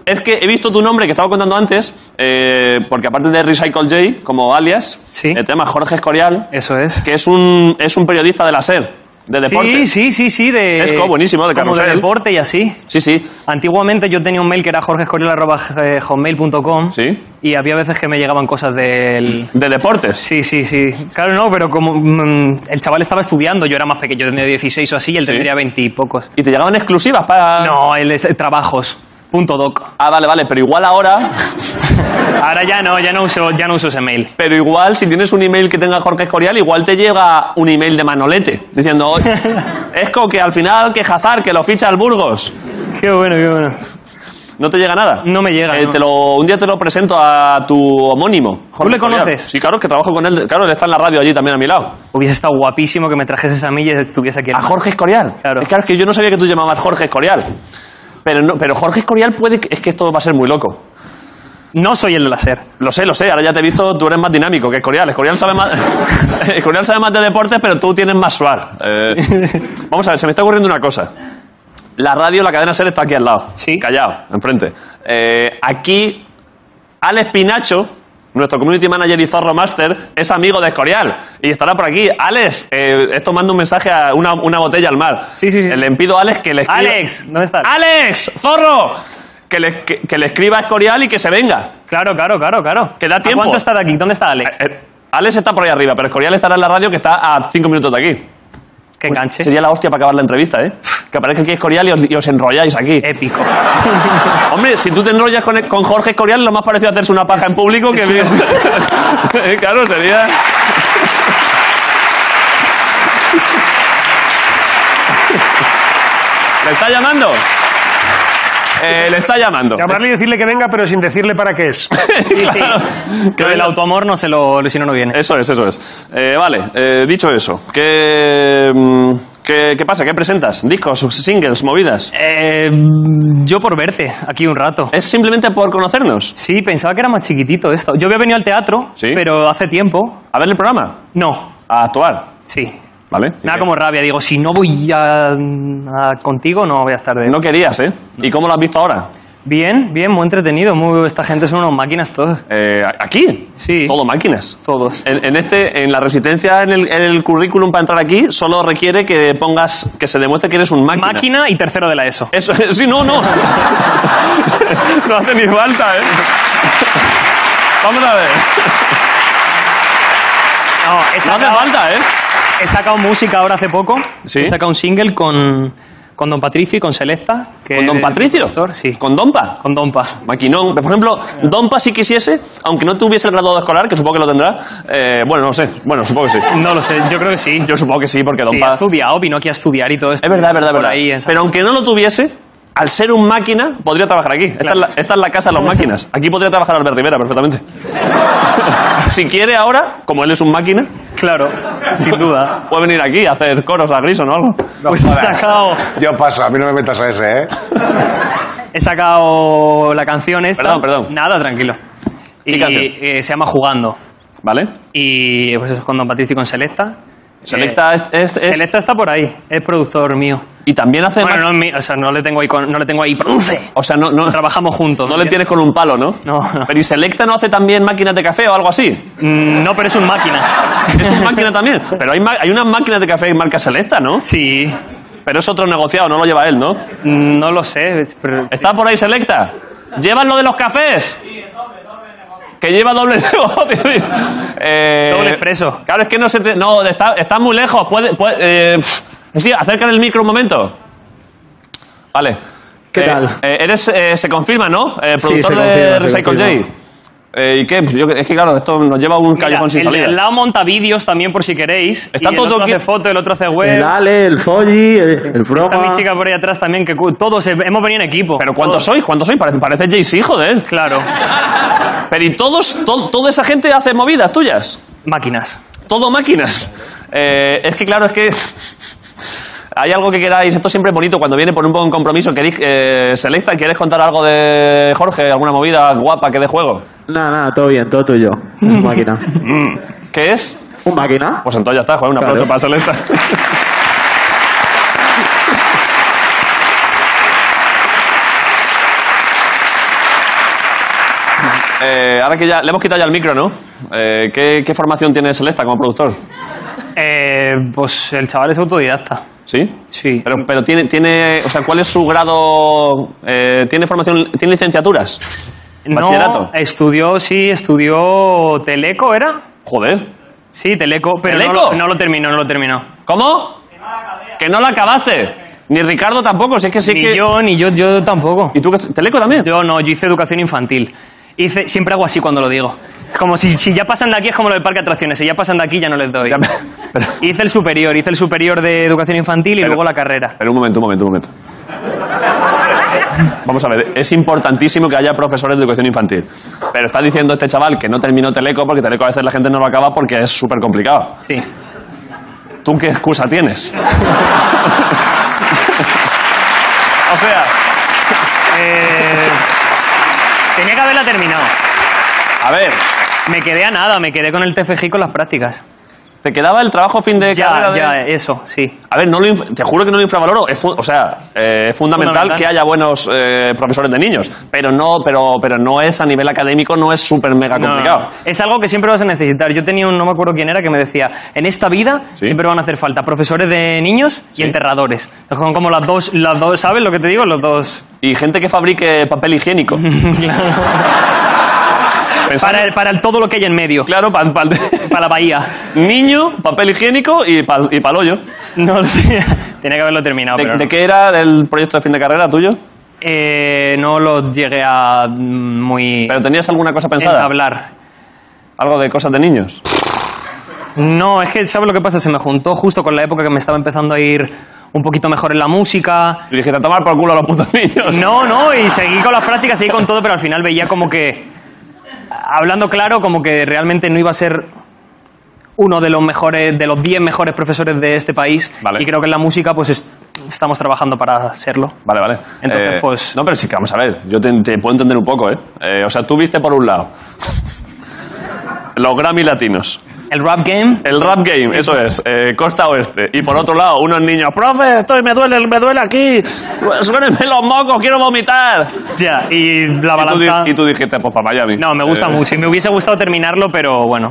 A: es que he visto tu nombre que estaba contando antes, eh, porque aparte de Recycle J, como alias,
C: Sí.
A: el tema es Jorge Escorial,
C: Eso es.
A: que es un, es un periodista de la SER, de deporte.
C: Sí, sí, sí, sí, de...
A: Es como buenísimo, de
C: como de
A: carrusel.
C: deporte y así.
A: sí, sí.
C: Antiguamente yo tenía un mail que era jorgescoriola.com
A: Sí.
C: y había veces que me llegaban cosas del...
A: De deportes.
C: Sí, sí, sí. Claro, no, pero como mm, el chaval estaba estudiando, yo era más pequeño, yo tenía 16 o así y él
A: Sí. Ah.
C: tendría 20 y pocos.
A: Y te llegaban exclusivas para...
C: No, él es eh, trabajos. Punto doc.
A: Ah, vale, vale, pero igual ahora,
C: Ahora ya no, ya no uso, ya no uso ese mail.
A: pero igual si tienes un email que tenga Jorge Escorial, igual te llega un email de Manolete, diciendo, "Oye, Esco, que al final que Hazard, que lo ficha al Burgos.
C: Qué bueno, qué bueno.
A: No te llega nada.
C: No me llega,
A: Eh,
C: no.
A: te lo- un día te lo presento a tu homónimo. Jorge
C: le
A: Escorial.
C: conoces?
A: Sí, claro, que trabajo con él. Claro, él está en la radio allí también a mi lado.
C: Hubiese estado guapísimo que me trajeses a mí y estuviese aquí.
A: ¿A Jorge Escorial?
C: Claro.
A: Es, claro, es que yo no sabía que tú llamabas Jorge Escorial. Pero, no, pero Jorge Escorial puede... que- Es que esto va a ser muy loco.
C: No soy el de la SER.
A: Lo sé, lo sé, ahora ya te he visto, tú eres más dinámico que Escorial. Escorial sabe más, Escorial sabe más de deportes, pero tú tienes más suave. Eh, vamos a ver, se me está ocurriendo una cosa. La radio, la cadena SER está aquí al lado.
C: Sí.
A: Callado, enfrente. Eh, aquí, Alex Pinacho, nuestro community manager y zorro master, es amigo de Escorial. Y estará por aquí. Alex, eh, esto manda un mensaje a una, una botella al mar. Eh,
C: Sí, sí, sí.
A: Le pido a Alex que le escriba...
C: Alex, ¿dónde estás?
A: ¡Alex! ¡Zorro! Que le, que- que le escriba a Escorial y que se venga.
C: Claro, claro, claro, claro.
A: Que da
C: ¿A
A: tiempo.
C: ¿Cuánto está de aquí? ¿Dónde está Alex?
A: Eh, Alex está por ahí arriba, pero Escorial estará en la radio que está a 5 minutos de aquí.
C: Que enganche.
A: pues Sería la hostia para acabar la entrevista, ¿eh? Que aparezca aquí Escorial y os, y os enrolláis aquí.
C: Épico.
A: Hombre, si tú te enrollas con, con Jorge Escorial, lo más parecido a hacerse una paja en público que... Eh, claro, sería... ¿Le está llamando? Eh, le está llamando.
D: Llamarle y decirle que venga, pero sin decirle para qué es.
A: Claro.
C: Que del autoamor no se lo... Si no, no viene.
A: Eso es, eso es. Eh, vale, eh, dicho eso, ¿qué, mm, qué, qué pasa? ¿Qué presentas? ¿Discos, singles, movidas?
C: Eh, yo por verte aquí un rato.
A: ¿Es simplemente por conocernos?
C: Sí, pensaba que era más chiquitito esto. Yo había venido al teatro,
A: Sí.
C: pero hace tiempo.
A: ¿A ver el programa?
C: No,
A: ¿A actuar?
C: sí.
A: ¿Vale?
C: Me da como rabia. Digo, si no voy a, a- contigo, no voy a estar de...
A: No querías, ¿eh? ¿Y cómo lo has visto ahora?
C: Bien, bien, muy entretenido. Muy, esta gente son unas máquinas todos.
A: Eh, ¿Aquí?
C: Sí.
A: Todo máquinas.
C: Todos.
A: En, en este, en la resistencia, en el, en el currículum para entrar aquí, solo requiere que pongas, que se demuestre que eres un máquina.
C: Máquina Eh, y tercero de la ESO.
A: Eso, sí, no, no. No hace ni falta, ¿eh? Vamos a ver.
C: No, he
A: No hace
C: sacado,
A: falta, ¿eh?
C: he sacado música ahora hace poco.
A: Sí.
C: He sacado un single con, con Don Patricio y con Selecta. que-
A: ¿Con Don Patricio?
C: productor, Sí, con,
A: ¿Con Dompa?
C: Dompa.
A: Maquinón. Por ejemplo, Dompa si quisiese, aunque no tuviese el graduado escolar, que supongo que lo tendrá, eh, bueno, no lo sé. Bueno, supongo que sí.
C: No lo sé, yo creo que sí.
A: Yo supongo que sí, porque
C: Sí, ha
A: Dompa...
C: estudiado, vino aquí a estudiar y todo esto.
A: es verdad, es verdad, es
C: Por
A: verdad.
C: ahí en San-
A: Pero aunque no lo tuviese, al ser un máquina, podría trabajar aquí. Esta,
C: Claro.
A: es la, esta es la casa de las máquinas. Aquí podría trabajar Albert Rivera perfectamente. si quiere ahora, como él es un máquina,
C: Claro, sin duda.
A: puede venir aquí a hacer coros a Grison o algo.
C: Pues he sacado,
E: Yo paso, a mí no me metas a ese, ¿eh?
C: he sacado la canción esta.
A: Perdón, perdón.
C: Nada, tranquilo. Y
A: ¿Qué canción?
C: eh, se llama Jugando.
A: ¿Vale?
C: Y pues eso es con Don Patricio y con Selecta.
A: Selecta
C: Eh,
A: es... es- es-
C: Selecta está por ahí, es productor mío.
A: y también hace...
C: Bueno,
A: ma-
C: no, es mi- o sea, no le tengo ahí, con- no le tengo ahí, produce.
A: O sea, no, no,
C: Trabajamos juntos.
A: no le tienes con un palo, ¿no?
C: No, no.
A: Pero ¿y Selecta no hace también máquinas de café o algo así?
C: Mm, no, pero es un máquina.
A: Es una máquina también. Pero hay, ma- hay unas máquinas de café marca Selecta, ¿no?
C: Sí,
A: Pero es otro negociado, no lo lleva él, ¿no?
C: mm, no lo sé, es- pero
A: ¿Está por ahí Selecta? ¿Llevan lo de los cafés? Que lleva doble negocio. Eh,
C: Doble expreso.
A: Claro, es que no se te- No, está, está muy lejos. Puede, puede, eh, pff. sí, acerca del micro un momento. Vale.
F: ¿Qué
A: Eh,
F: tal?
A: eh, eres, eh, se confirma, ¿no? Eh, productor
F: se
A: de
F: confirma, se
A: Recycle J.
F: confirma.
A: Eh, ¿Y qué? Pues yo- es que claro, esto nos lleva a un
C: Mira,
A: callejón sin
C: el de
A: salida.
C: al lado monta vídeos también por si queréis.
A: Está
C: y
A: todo
C: el otro
A: que-
C: hace foto, el otro hace
F: El
C: web.
F: Ale, el Folli, el, el
C: Está mi
F: Froma.
C: chica por ahí atrás también, que cu- todos eh, hemos venido en equipo.
A: Pero ¿cuántos
C: Todos.
A: sois? ¿Cuántos sois? Parece, parece Jay-Z, joder.
C: Claro,
A: Pero ¿y todos, to- toda esa gente hace movidas tuyas?
C: máquinas.
A: Todo máquinas. Eh, es que claro, es que... Hay algo que queráis, esto siempre es bonito cuando viene por un poco en compromiso. ¿Queréis, eh, Selecta, ¿quieres contar algo de Jorge? ¿Alguna movida guapa que de juego?
F: Nada, nada, todo bien, todo tuyo. Un máquina.
A: ¿Qué es?
F: Un máquina.
A: Pues entonces ya está, joder, un
F: Claro.
A: aplauso para Selecta. Eh, ahora que ya le hemos quitado ya el micro, ¿no? Eh, ¿qué, qué formación tiene Selecta como productor?
C: Eh, pues el chaval es autodidacta.
A: ¿Sí?
C: Sí.
A: Pero, pero tiene, tiene, o sea, ¿cuál es su grado? Eh, ¿Tiene formación, tiene licenciaturas? ¿Bachillerato?
C: No, estudió, sí, estudió Teleco, ¿era?
A: Joder.
C: Sí, Teleco, pero no
A: ¿Teleco?
C: lo- No, lo terminó, no lo terminó.
A: ¿Cómo? Que no la acabaste. Ni Ricardo tampoco, si es que sí
C: ni
A: que...
C: yo, ni yo, yo tampoco.
A: ¿Y tú qué? ¿Teleco también?
C: Yo no, yo hice educación infantil. Hice, siempre hago así cuando lo digo. Es Como si, si ya pasan de aquí, es como lo del parque de atracciones. Si ya pasan de aquí, ya no les doy. Hice el superior, hice el superior de educación infantil y luego la carrera.
A: Pero un momento, un momento, un momento. Vamos a ver, es importantísimo que haya profesores de educación infantil. Pero está diciendo este chaval que no terminó Teleco porque Teleco a veces la gente no lo acaba porque es súper complicado.
C: Sí.
A: ¿Tú qué excusa tienes? o sea,
C: Eh, tenía que haberla terminado.
A: a ver,
C: Me quedé a nada, me quedé con el TFG y con las prácticas.
A: ¿te quedaba el trabajo fin de carrera?
C: Ya,
A: de-
C: ya, eh. eso, sí.
A: A ver, no lo inf- te juro que no lo infravaloro. Es fu- o sea, eh, es fundamental,
C: Fundamental.
A: que haya buenos eh, profesores de niños. Pero no, pero, pero no es a nivel académico, no es súper mega
C: No,
A: complicado.
C: no, no. Es algo que siempre vas a necesitar. Yo tenía un, no me acuerdo quién era, que me decía, en esta vida
A: Sí.
C: siempre van a hacer falta profesores de niños
A: Sí.
C: y enterradores. Son como las dos, las dos, ¿sabes lo que te digo? Los dos.
A: Y gente que fabrique papel higiénico. Pensando-
C: Para, el- para el todo lo que hay en medio.
A: Claro, para
C: Para la bahía.
A: niño, papel higiénico y para y pa'l hoyo.
C: No, tiene que haberlo terminado,
A: ¿De,
C: pero
A: de
C: no.
A: qué era el proyecto de fin de carrera tuyo?
C: Eh, no lo llegué a mm, muy
A: ¿Pero tenías alguna cosa pensada?
C: hablar.
A: ¿Algo de cosas de niños?
C: No, es que, ¿sabes lo que pasa? Se me juntó justo con la época que me estaba empezando a ir un poquito mejor en la música.
A: Y dijiste, a tomar por culo a los putos niños.
C: No, no, y seguí con las prácticas, seguí con todo, pero al final veía como que, hablando claro, como que realmente no iba a ser uno de los mejores, de los 10 mejores profesores de este país.
A: Vale.
C: Y creo que en la música, pues es- estamos trabajando para serlo.
A: Vale, vale.
C: Entonces,
A: Eh,
C: pues-
A: No, pero sí que vamos a ver. Yo te, te puedo entender un poco, ¿eh? Eh, O sea, tú viste por un lado los Grammy latinos,
C: El rap game,
A: el rap game, eso es, eh, costa oeste. Y por otro lado, unos niños, profe, estoy, me duele, me duele aquí, pues, suénenme los mocos, quiero vomitar.
C: ya, y
A: Y
C: la
A: tú, di-
C: balanza.
A: y tú dijiste, pues para Miami.
C: No, me gusta
A: Eh, Pues,
C: mucho. Y me hubiese gustado terminarlo, pero bueno,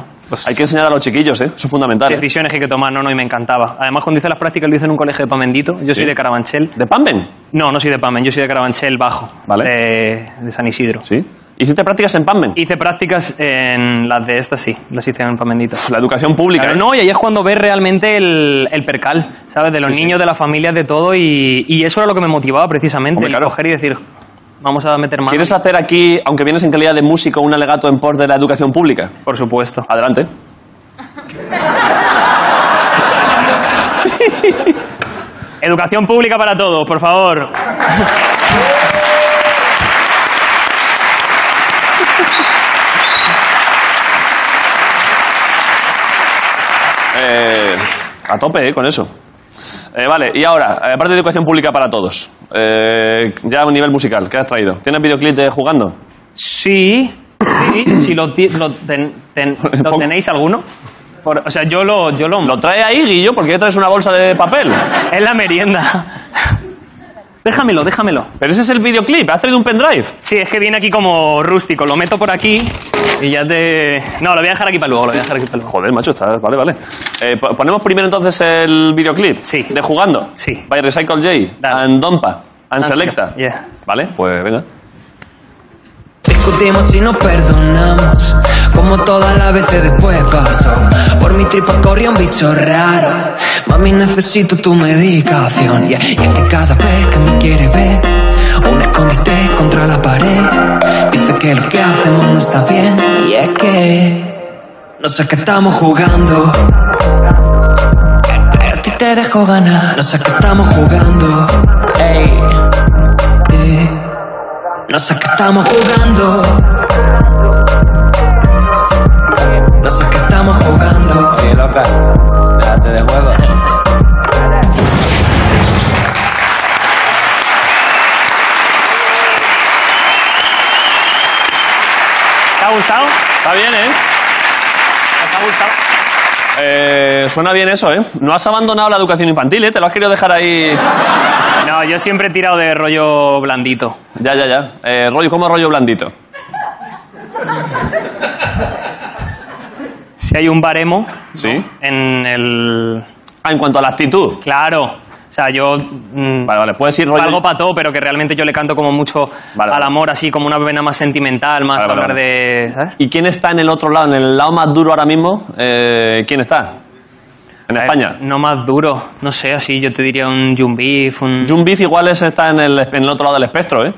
A: Hay que enseñar a los chiquillos, ¿eh? Eso es fundamental. ¿eh?
C: decisiones que hay que tomar. No, no, y me encantaba. Además, cuando hice las prácticas lo hice en un colegio de Pamendito. Yo
A: Sí.
C: soy de Carabanchel.
A: ¿De Pamben?
C: No, no soy de Pamen, yo soy de Carabanchel Bajo,
A: Vale.
C: de, de San Isidro.
A: Sí. ¿Hiciste prácticas en Pamben?
C: Hice prácticas en las de estas, sí, las hice en Pamendita.
A: La educación pública.
C: Claro,
A: ¿eh?
C: no, y ahí es cuando ves realmente el, el percal, ¿sabes? De los niños, de las familias, de todo, y, y eso era lo que me motivaba precisamente,
A: Hombre,
C: el
A: claro.
C: coger y decir, vamos a meter mano.
A: ¿Quieres hacer aquí, aunque vienes en calidad de músico, un alegato en pos de la educación pública?
C: Por supuesto.
A: Adelante.
C: Educación pública para todos, por favor.
A: Eh, a tope, ¿eh? Con eso. Eh, vale, y ahora, eh, aparte de educación pública para todos, eh, ya a nivel musical, ¿qué has traído? ¿Tienes videoclip de jugando?
C: Sí, sí, si lo, ti- lo ten- ten- ¿lo
A: Poco.
C: tenéis alguno. Por- o sea, yo lo, yo lo...
A: Lo trae ahí, Guillo, porque ya traes una bolsa de papel.
C: Es la merienda. déjamelo, déjamelo.
A: Pero ese es el videoclip, has traído un pendrive.
C: Sí, es que viene aquí como rústico. Lo meto por aquí y ya te. No, lo voy a dejar aquí para luego, lo voy a dejar aquí para luego.
A: Joder, macho, está. Vale, vale. Eh, po- ponemos primero entonces el videoclip.
C: Sí.
A: De jugando.
C: Sí.
A: By Recycle J.
C: Dale.
A: And Dompa. And
C: Ah, sí.
A: Selecta.
C: Yeah.
A: Vale, pues venga.
G: Discutimos y nos perdonamos, como todas las veces después pasó. Por mi tripa corría un bicho raro. Mami, necesito tu medicación. Y, y es que cada vez que me quiere ver, un escondite contra la pared. Dice dice que lo que hacemos no está bien. Y es que no sé qué estamos jugando. Pero a ti te dejo ganar. No sé qué estamos jugando. Ey. Eh, No sé qué estamos jugando. No sé qué estamos jugando.
H: Oye, loca, déjate de juego.
C: ¿Te ha gustado?
A: Está bien, ¿eh?
C: ¿Te ha gustado?
A: Eh, Suena bien eso, ¿eh? No has abandonado la educación infantil, ¿eh? Te lo has querido dejar ahí...
C: No, yo siempre he tirado de rollo blandito.
A: Ya, ya, ya. Eh, rollo, ¿cómo rollo blandito?
C: Si hay un baremo
A: ¿Sí?
C: en el...
A: Ah, en cuanto a la actitud.
C: Claro. O sea, yo... mm,
A: Vale, vale. Puedes ir rollo...
C: Algo para todo, pero que realmente yo le canto como mucho
A: Vale,
C: al
A: vale.
C: amor, así como una vena más sentimental, más
A: Vale, vale,
C: hablar
A: vale.
C: de. ¿Sabes?
A: ¿Y quién está en el otro lado, en el lado más duro ahora mismo? Eh, ¿Quién está? En España.
C: Eh, No más duro, no sé, así yo te diría un Jumbif, un.
A: Jun Beef igual es- está en el, en el otro lado del espectro, ¿eh?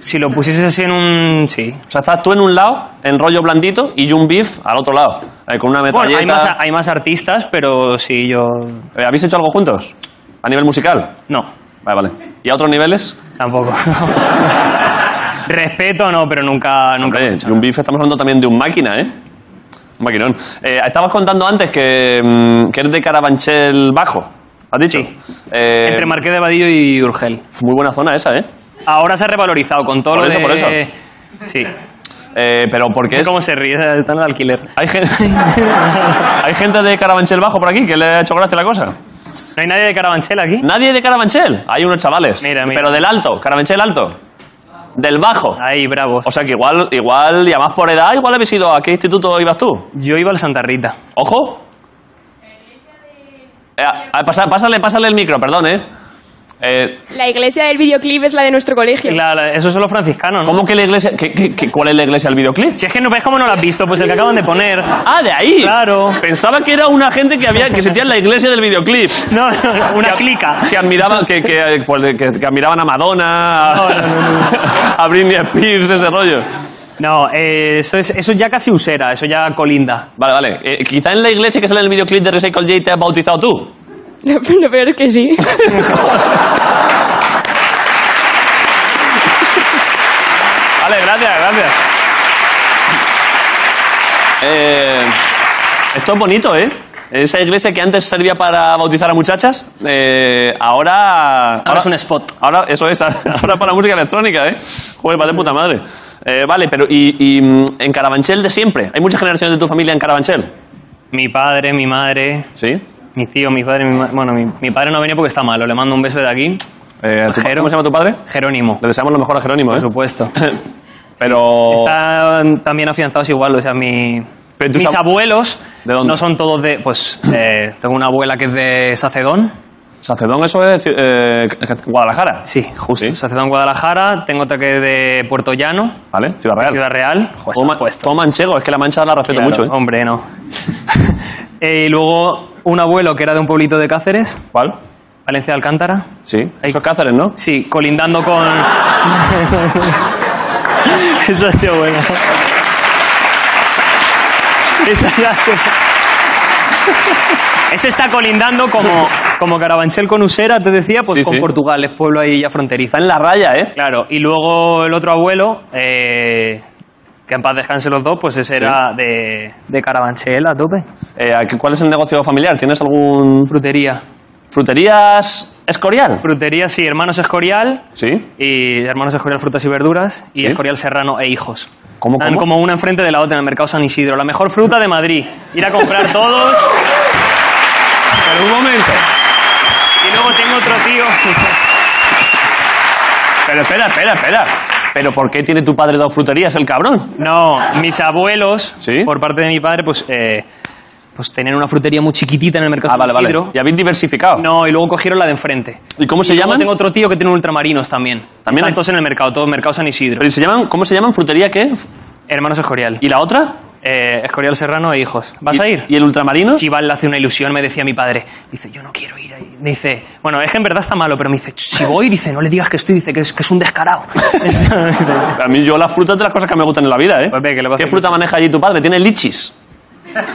C: Si lo pusieses así en un. Sí.
A: O sea, estás tú en un lado, en rollo blandito, y Jun Beef al otro lado, eh, con una
C: Bueno,
A: metralleta.
C: hay más, hay más artistas, pero sí, yo.
A: Eh, ¿Habéis hecho algo juntos? ¿A nivel musical?
C: No,
A: Vale, vale. ¿Y a otros niveles?
C: tampoco. Respeto, no, pero nunca. nunca hemos
A: Hombre,
C: hecho
A: Jun Beef, estamos hablando también de un máquina, ¿eh? Un maquinón. Eh, estabas contando antes que, mm, que eres de Carabanchel Bajo, ¿has dicho?
C: Sí.
A: Eh,
C: Entre Marqués de Vadillo y Urgel.
A: muy buena zona esa, ¿eh?
C: Ahora se ha revalorizado con todo
A: Por
C: lo
A: eso,
C: de.
A: por eso.
C: Sí.
A: Eh, pero porque es...
C: ¿Cómo se ríe? Están de alquiler.
A: Hay gente, hay gente de Carabanchel Bajo por aquí que le ha hecho gracia la cosa.
C: ¿No hay nadie de Carabanchel aquí?
A: Nadie de Carabanchel. Hay unos chavales.
C: Mira, Ah. mira.
A: Pero del alto, Carabanchel alto. Del bajo.
C: Ahí, bravos.
A: O sea que igual, igual, y además por edad, igual habéis ido. ¿A qué instituto ibas tú?
C: yo iba al Santa Rita.
A: Ojo. Eh, ah, pasa- pásale, pásale el micro, perdón, ¿eh? Eh,
I: La iglesia del videoclip es la de nuestro colegio.
C: La- la- eso son los franciscanos, ¿no?
A: ¿Cómo que la iglesia.? qué- qué- qué- ¿Cuál es la iglesia del videoclip?
C: Si es que no ves cómo no lo has visto, pues el que acaban de poner.
A: Ah, de ahí.
C: Claro.
A: Pensaba que era una gente que había que sentía en la iglesia del videoclip.
C: No, no, no, una
A: que,
C: clica.
A: Que admiraban, que, que, pues, que- que admiraban a Madonna, a,
C: No, no, no, no.
A: a Britney Spears, ese rollo.
C: No, eh, eso, es, eso ya casi usera, eso ya colinda.
A: Vale, vale. Eh, quizá en la iglesia que sale en el videoclip de Recycle J te has bautizado tú.
I: Lo, lo peor es que sí.
A: Vale, gracias, gracias. Eh, esto es bonito, ¿eh? Esa iglesia que antes servía para bautizar a muchachas, eh, ahora, ahora...
C: es un spot.
A: Ahora, eso es, ahora para música electrónica, ¿eh? Joder, va de puta madre. Eh, vale, pero y, y, mm, en Carabanchel de siempre? ¿Hay muchas generaciones de tu familia en Carabanchel?
C: Mi padre, mi madre,
A: Sí.
C: mis tíos, mis padres, mi ma- Bueno, mi, mi padre no ha venido porque está malo, le mando un beso de aquí.
A: ¿tu pa- Eh, ¿Cómo se llama tu padre?
C: Jerónimo,
A: Le deseamos lo mejor a Jerónimo, ¿eh?
C: por supuesto.
A: Pero...
C: Están también afianzados igual, o sea, mi-
A: Pero tus
C: mis
A: ab-
C: abuelos
A: ¿De dónde?
C: no son todos de... Pues eh, tengo una abuela que es de Sacedón,
A: Sacedón, eso es eh, Guadalajara.
C: sí, justo,
A: Sí.
C: Sacedón, Guadalajara, tengo otra que es de Puerto Llano,
A: ¿Vale? Ciudad Real.
C: Ciudad Real, Joder,
A: Todo, ma- todo manchego, es que la mancha la respeto
C: Claro,
A: mucho, ¿eh?
C: Hombre, no. Eh, y luego un abuelo que era de un pueblito de Cáceres,
A: ¿Cuál?
C: Valencia de Alcántara.
A: Sí. Eso es Cáceres, ¿no?
C: Sí, colindando con. Eso ha sido bueno. Esa ya- Ese está colindando como, como Carabanchel con Usera, te decía, pues
A: Sí,
C: con
A: sí.
C: Portugal, es pueblo ahí ya
A: Está
C: fronteriza.
A: en la raya, ¿eh?
C: Claro, y luego el otro abuelo, eh, que en paz descanse los dos, pues ese era de, de Carabanchel a tope.
A: Eh, ¿a qué- ¿Cuál es el negocio familiar? ¿Tienes algún...
C: Frutería.
A: ¿Fruterías Escorial?
C: Frutería, sí, hermanos Escorial.
A: Sí.
C: Y hermanos Escorial Frutas y Verduras. Y
A: Sí.
C: Escorial Serrano e Hijos.
A: ¿Cómo,
C: Están
A: cómo?
C: como una enfrente de la otra en el mercado San Isidro. La mejor fruta de Madrid. Ir a comprar todos.
A: Pero un momento.
C: y luego tengo otro tío.
A: Pero espera, espera, espera. ¿Pero por qué tiene tu padre dos fruterías, el cabrón?
C: No, mis abuelos,
A: ¿Sí?
C: por parte de mi padre, pues, eh, pues tenían una frutería muy chiquitita en el mercado
A: Ah, vale,
C: San
A: vale.
C: Isidro.
A: Y habéis diversificado.
C: No, y luego cogieron la de enfrente.
A: ¿Y cómo se
C: Y luego
A: llaman?
C: Tengo otro tío que tiene ultramarinos también.
A: También
C: También
A: hay-
C: Están todos en el mercado, todo mercado San Isidro.
A: Pero ¿y se llaman, ¿Cómo se llaman? ¿Frutería qué?
C: Hermanos Escorial.
A: ¿Y la otra?
C: Eh, Escorial Serrano e hijos. ¿Vas
A: ¿Y-
C: a ir?
A: ¿Y el ultramarino?
C: Chival le hace una ilusión, me decía mi padre. Dice, yo no quiero ir ahí. Me dice, bueno, es que en verdad está malo, pero me dice, si voy, dice, no le digas que estoy, dice que es, que es un descarado.
A: A mí yo las frutas de las cosas que me gustan en la vida, ¿eh?
C: Pues ve, que le va a
A: ¿Qué
C: hacer
A: fruta maneja allí tu padre? Tiene lichis.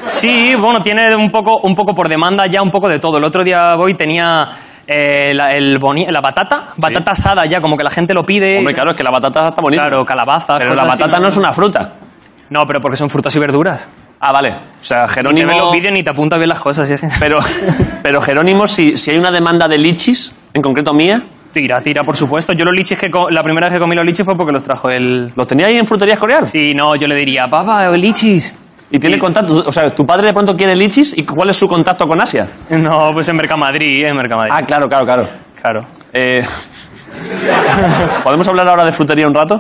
C: sí, bueno, tiene un poco, un poco por demanda ya un poco de todo. El otro día voy tenía eh, la, el boni- la batata, batata asada ya, como que la gente lo pide.
A: Hombre, claro, es que la batata está bonita.
C: Claro, calabaza.
A: Pero la batata no es una fruta.
C: No, pero porque son frutas y verduras.
A: Ah, vale. O sea,
C: Ni te ves
A: Jerónimo...
C: los vídeos ni te apuntas bien las cosas. y así.
A: Pero, pero Jerónimo, si, si hay una demanda de lichis, en concreto mía,
C: Tira, tira, por supuesto. Yo los liches que... co- La primera vez que comí los liches fue porque los trajo el...
A: ¿los tenía ahí en fruterías coreanas?
C: Sí, no, yo le diría, papá, lichis.
A: Y tiene
C: Sí.
A: contacto, o sea, tu padre de pronto quiere lichis y ¿cuál es su contacto con Asia?
C: No, pues en Mercamadrid, en Mercamadrid.
A: Ah, claro, claro, claro.
C: claro.
A: Eh, ¿Podemos hablar ahora de frutería un rato?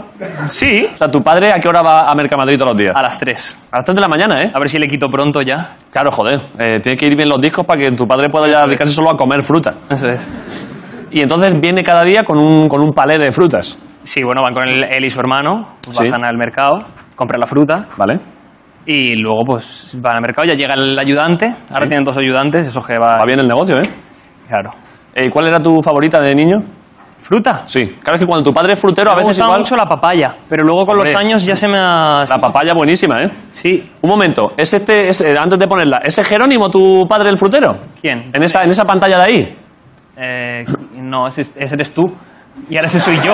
C: Sí.
A: O sea, ¿tu padre a qué hora va a Mercamadrid todos los días?
C: A las 3.
A: A las 3 de la mañana, ¿eh?
C: A ver si le quito pronto ya.
A: Claro, joder. Eh, tiene que ir bien los discos para que tu padre pueda ya dedicarse solo a comer fruta.
C: Eso es.
A: Y entonces viene cada día con un, con un palé de frutas,
C: Sí, bueno, van con él, él y su hermano,
A: Sí.
C: bajan al mercado, compran la fruta
A: ¿vale?
C: y luego pues van al mercado, ya llega el ayudante, ahora tienen dos ayudantes, esos que va...
A: Va bien el negocio, ¿eh?
C: Claro.
A: Eh, ¿Cuál era tu favorita de niño?
C: ¿Fruta?
A: Sí. Claro, es que cuando tu padre es frutero, a
C: me
A: veces
C: gustaba
A: igual...
C: mucho la papaya, pero luego con
A: Hombre.
C: los años ya se me ha...
A: La papaya buenísima, ¿eh?
C: Sí.
A: Un momento, ¿es este, es- eh, antes de ponerla, ¿es Jerónimo tu padre el frutero?
C: ¿Quién?
A: En esa, en esa pantalla de ahí.
C: Eh, no, ese, ese eres tú. Y ahora ese soy yo.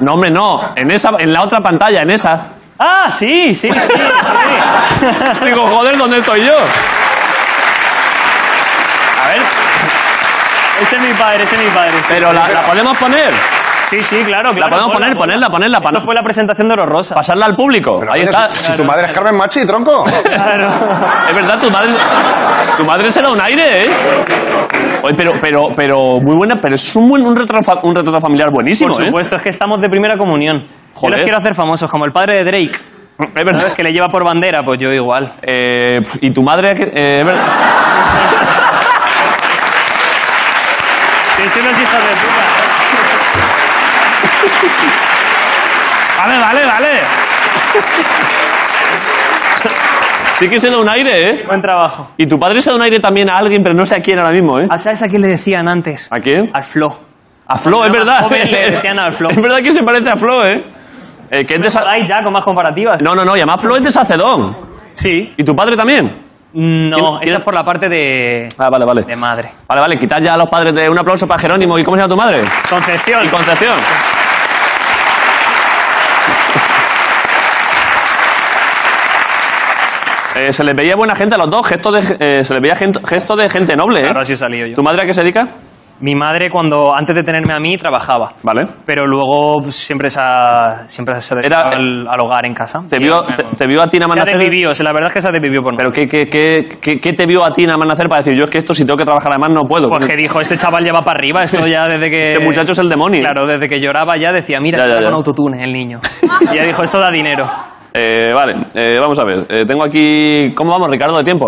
A: No, hombre, no. En, esa, en la otra pantalla, en esa.
C: ¡Ah, sí, sí, sí! sí.
A: Digo, joder, ¿dónde estoy yo?
C: A ver. Ese es mi padre, ese es mi padre.
A: Pero la, la podemos poner.
C: Sí, sí, claro, claro.
A: La podemos
C: ponla,
A: poner, ponerla, ponerla.
C: Esto
A: para no-
C: fue la presentación de los Rosas.
A: Pasarla al público.
E: Pero
A: Ahí
E: coño,
A: está.
E: Si, si tu madre es Carmen Machi, tronco.
C: Claro.
A: Es verdad, tu madre, tu madre será un aire, ¿eh? Oye, pero, pero, pero, muy buena, pero es un, buen, un, retrato, fa- un retrato familiar buenísimo, ¿eh?
C: Por supuesto, es que estamos de primera comunión. Yo
A: Joder.
C: los quiero hacer famosos, como el padre de Drake.
A: ¿eh? Es verdad.
C: ¿Sabes? Que le lleva por bandera, pues yo igual.
A: Eh, pf, y tu madre, que- eh, es verdad.
C: Sí, sí, los hijos de puta.
A: Vale, vale, vale. Sí que se da un aire, ¿eh?
C: Buen trabajo.
A: Y tu padre se da un aire también a alguien, pero no sé a quién ahora mismo, ¿eh?
C: Ah, ¿Sabes a quién le decían antes?
A: ¿A quién?
C: Al Flo.
A: A Flo, es
C: Cuando era
A: verdad.
C: más joven le decían al Flo.
A: Es verdad que se parece a Flo, ¿eh? Eh, que es desa-
C: Ay, ya, con más comparativas.
A: No, no, no, y además Flo es de Sacedón.
C: Sí.
A: ¿Y tu padre también?
C: No,
A: ¿Quién-
C: esa es por la parte de,
A: Ah, vale, vale.
C: de madre.
A: Vale, vale, quitar ya a los padres de un aplauso para Jerónimo. ¿Y cómo se llama tu madre?
C: Concepción.
A: Y Concepción. Eh, se les veía buena gente a los dos, gesto de, eh, se les veía gente, gesto de gente noble, ¿eh?
C: Ahora sí he salido yo.
A: ¿Tu madre a qué se dedica?
C: Mi madre, cuando antes de tenerme a mí, trabajaba.
A: Vale.
C: Pero luego pues, siempre se ha, siempre se ha dedicado
A: Era-
C: al, al hogar en casa.
A: ¿Te vio, te, te vio a ti nada más
C: Se ha
A: nacer?
C: desvivido, o sea, la verdad es que se ha desvivido por
A: ¿Pero
C: nosotros.
A: qué, qué, qué, qué, qué te vio a ti nada más nacer para decir, yo es que esto si tengo que trabajar además no puedo?
C: Pues que dijo, este chaval lleva para arriba, esto ya desde que...
A: Este muchacho es el demonio.
C: Claro, desde que lloraba ya decía, mira,
A: Ya, ya,
C: está
A: ya.
C: con autotune el niño. y ya dijo, esto da dinero.
A: Eh, vale, eh, vamos a ver. Eh, tengo aquí... ¿Cómo vamos, Ricardo, de tiempo?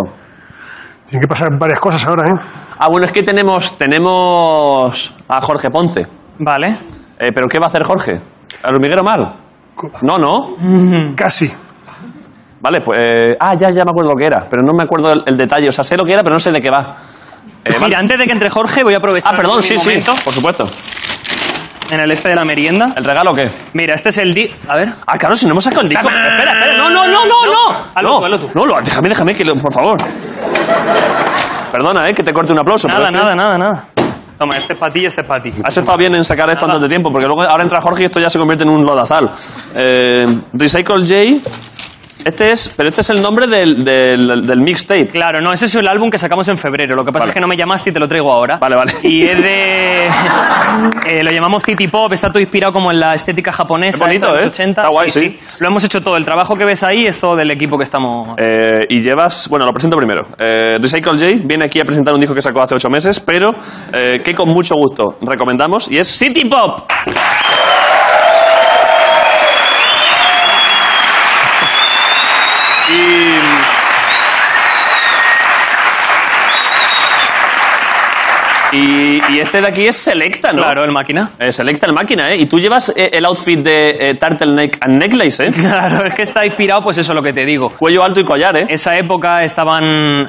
D: Tienen que pasar varias cosas ahora, ¿eh?
A: Ah, bueno, es que tenemos, tenemos a Jorge Ponce.
C: Vale.
A: Eh, ¿Pero qué va a hacer Jorge? ¿Al hormiguero mal? No, no.
D: Casi.
A: Vale, pues... eh, ah, ya, ya me acuerdo lo que era, pero no me acuerdo el, el detalle. O sea, sé lo que era, pero no sé de qué va. Eh, vale.
C: Mira, antes de que entre Jorge, voy a aprovechar...
A: Ah, perdón,
C: mi
A: sí, sí,
C: momento
A: por supuesto.
C: En el este de la merienda.
A: ¿El regalo qué?
C: Mira, este es el di... A ver.
A: Ah, claro, si no hemos sacado el disco.
C: ¡Tamán!
A: Espera, espera, no, no, no, no, no.
C: Hazlo
A: no,
C: tú, hazlo tú.
A: no, lo- déjame, déjame, que lo- por favor. Perdona, eh, que te corte un aplauso.
C: Nada,
A: pero es que
C: nada, nada, nada. Toma, este es para ti y este es para ti.
A: Has estado bien en sacar esto
C: Nada.
A: antes de tiempo, porque luego ahora entra Jorge y esto ya se convierte en un lodazal. Eh, Recycle J. Este es, pero este es el nombre del, del, del mixtape.
C: Claro, no, ese es el álbum que sacamos en febrero. Lo que pasa
A: Vale.
C: es que no me llamaste y te lo traigo ahora.
A: Vale, vale.
C: Y es de. eh, lo llamamos City Pop, está todo inspirado como en la estética japonesa.
A: Es bonito,
C: esta de los
A: ¿eh?
C: 80.
A: Está guay, sí.
C: Lo hemos hecho todo. El trabajo que ves ahí es todo del equipo que estamos.
A: Eh, y llevas, bueno, lo presento primero. Eh, Recycle J viene aquí a presentar un disco que sacó hace ocho meses, pero eh, que con mucho gusto recomendamos y es City Pop. Y- Y, Y, y este de aquí es Selecta, ¿no?
C: Claro, el máquina.
A: Eh, Selecta el máquina, ¿eh? Y tú llevas eh, el outfit de eh, turtleneck and necklace, ¿eh?
C: Claro, es que está inspirado, pues eso es lo que te digo.
A: Cuello alto y collar, ¿eh?
C: Esa época estaban.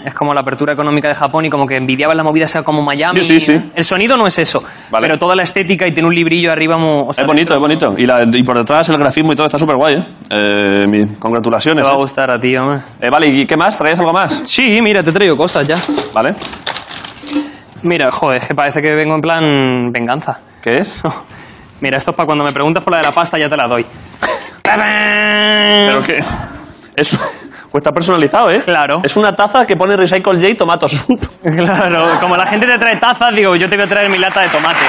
C: Es como la apertura económica de Japón y como que envidiaban la movida, esa como Miami.
A: Sí, sí, sí.
C: El sonido no es eso.
A: Vale.
C: Pero toda la estética y tiene un librillo arriba. mo- o sea,
A: Es bonito, es bonito. Y, la- y por detrás el grafismo y todo está súper guay, ¿eh? Eh, mi-
C: Te
A: congratulaciones.
C: va a
A: ¿eh?
C: gustar a ti, hombre.
A: Eh, vale, ¿y qué más? ¿Traías algo más?
C: Sí, mira, te traigo cosas ya.
A: ¿Vale?
C: Mira, joder, es que parece que vengo en plan venganza.
A: ¿Qué es?
C: Mira, esto es para cuando me preguntas por la de la pasta, ya te la doy.
A: ¿Pero qué? Es, pues está personalizado, ¿eh?
C: Claro.
A: Es una taza que pone Recycle J Tomato Soup.
C: Claro, como la gente te trae tazas, digo, yo te voy a traer mi lata de tomate.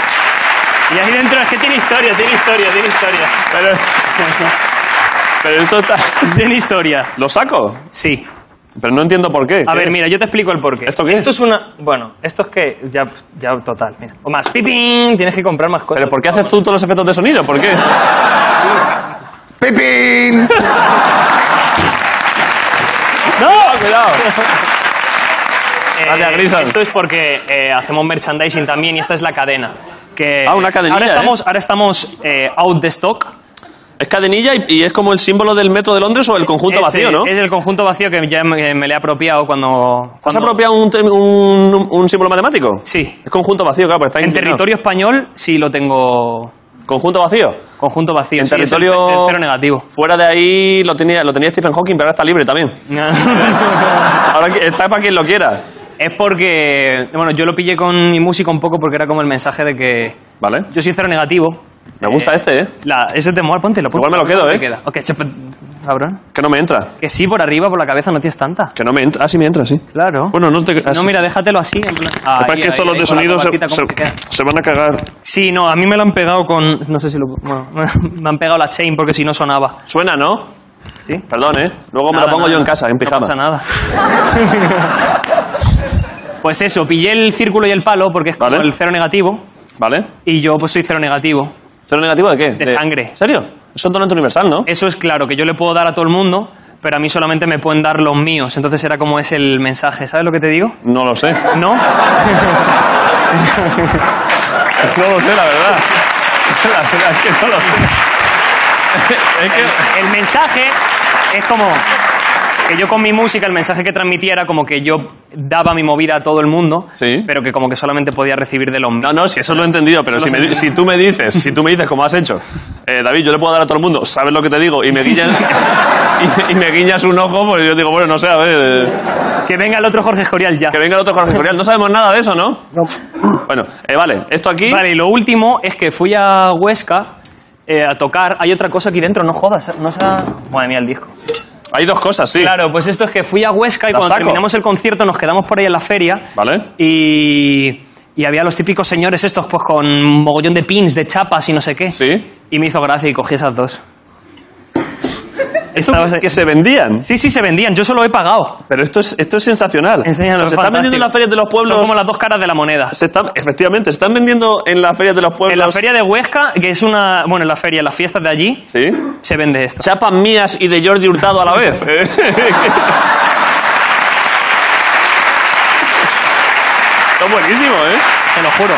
C: Y ahí dentro es que tiene historia, tiene historia, tiene historia.
A: Pero, pero esto está...
C: Tiene historia,
A: ¿Lo saco?
C: sí.
A: Pero no entiendo por qué.
C: A
A: ¿Qué
C: ver,
A: es?
C: mira, yo te explico el porqué.
A: ¿Esto qué
C: Esto
A: es?
C: es una... Bueno, esto es que... Ya, ya total, mira. O más, pipín, tienes que comprar más cosas.
A: ¿Pero por qué haces tú todos los efectos de sonido? ¿Por qué?
E: ¡Pipín!
A: ¡No! Cuidado.
C: Eh,
A: Gracias, Grison.
C: Esto es porque eh, hacemos merchandising también y esta es la cadena. Que
A: Ah, una cadenilla,
C: Ahora
A: ¿eh?
C: estamos, ahora estamos eh, out de stock.
A: Es cadenilla y, y es como el símbolo del metro de Londres o el conjunto
C: Ese-
A: vacío, ¿no?
C: Es el conjunto vacío que ya me, me le he apropiado cuando...
A: ¿Has
C: cuando-
A: apropiado un, tem- un, un símbolo matemático?
C: Sí.
A: Es conjunto vacío, claro, pero está
C: En
A: inclinado.
C: territorio español sí lo tengo...
A: ¿Conjunto vacío?
C: Conjunto vacío.
A: En
C: sí, es el-
A: territorio-
C: el cero negativo.
A: Fuera de ahí lo tenía, lo tenía Stephen Hawking, pero ahora está libre también. Ahora que- está para quien lo quiera.
C: es porque... Bueno, yo lo pillé con mi música un poco porque era como el mensaje de que...
A: ¿Vale?
C: Yo soy cero negativo.
A: Me gusta
C: Eh,
A: este, ¿eh?
C: La, ese te mola, póntelo.
A: Igual
C: póntelo,
A: me lo quedo,
C: te
A: ¿eh?
C: queda. Ok, chapa- cabrón.
A: Que no me entra.
C: Que sí, por arriba, por la cabeza no tienes tanta.
A: Que no me entra. Ah, sí me entra, sí.
C: Claro.
A: Bueno, no te... ah,
C: No,
A: sí.
C: mira, déjatelo así. Ah, En plan...
A: Lo que pasa es que estos los de sonido se, se- se van a cagar.
C: Sí, no, a mí me lo han pegado con... No sé si lo... Bueno, me han pegado la chain porque si no sonaba.
A: Suena, ¿no?
C: Sí.
A: Perdón, ¿eh? Luego me
C: Nada,
A: lo pongo
C: nada,
A: yo en casa, en pijama.
C: No pasa nada. pues eso, pillé el círculo y el palo porque es como
A: Vale.
C: el cero negativo.
A: ¿Vale?
C: Y yo pues soy cero negativo.
A: ¿Cero negativo de qué?
C: De sangre.
A: ¿En serio? Es un donante universal, ¿no?
C: Eso es claro, que yo le puedo dar a todo el mundo, pero a mí solamente me pueden dar los míos. Entonces era como es el mensaje, ¿sabes lo que te digo?
A: No lo sé.
C: ¿No?
A: No lo sé, la verdad. La verdad es que no lo sé. Es que...
C: El mensaje es como que yo con mi música el mensaje que transmitía era como que yo daba mi movida a todo el mundo,
A: Sí.
C: pero que como que solamente podía recibir del hombre.
A: No, no, si eso lo he entendido, pero si, me di- si tú me dices, si tú me dices como has hecho, eh, David, yo le puedo dar a todo el mundo, ¿sabes lo que te digo? Y me guiñas, y, y me guiñas un ojo, pues yo digo, bueno, no sé, a ver, eh,
C: Que venga el otro Jorge Escorial ya.
A: que venga el otro Jorge Escorial. No sabemos nada de eso, ¿no? No. Bueno, eh, vale, esto aquí,
C: Vale, y lo último es que fui a Huesca eh, a tocar. Hay otra cosa aquí dentro, no jodas, no sea. Madre mía, el disco.
A: hay dos cosas, sí.
C: Claro, pues esto es que fui a Huesca y
A: La
C: cuando
A: saco.
C: terminamos el concierto nos quedamos por ahí en la feria.
A: Vale.
C: Y, y había los típicos señores estos, pues con un mogollón de pins, de chapas y no sé qué.
A: Sí.
C: Y me hizo gracia y cogí esas dos.
A: Esto
C: Estabas-
A: que, que se vendían.
C: Sí, sí, se vendían, yo solo he pagado.
A: Pero esto es, esto es sensacional.
C: Enséñalo,
A: se
C: es
A: están vendiendo
C: fantástico.
A: en las ferias de los pueblos.
C: Son como las dos caras de la moneda.
A: se están, efectivamente, se están vendiendo en las ferias de los pueblos.
C: En la feria de Huesca, que es una. Bueno, en la feria, en las fiestas de allí,
A: Sí.
C: se vende esto.
A: Chapas mías y de Jordi Hurtado a la vez. Está buenísimo, ¿eh?
C: Te lo juro.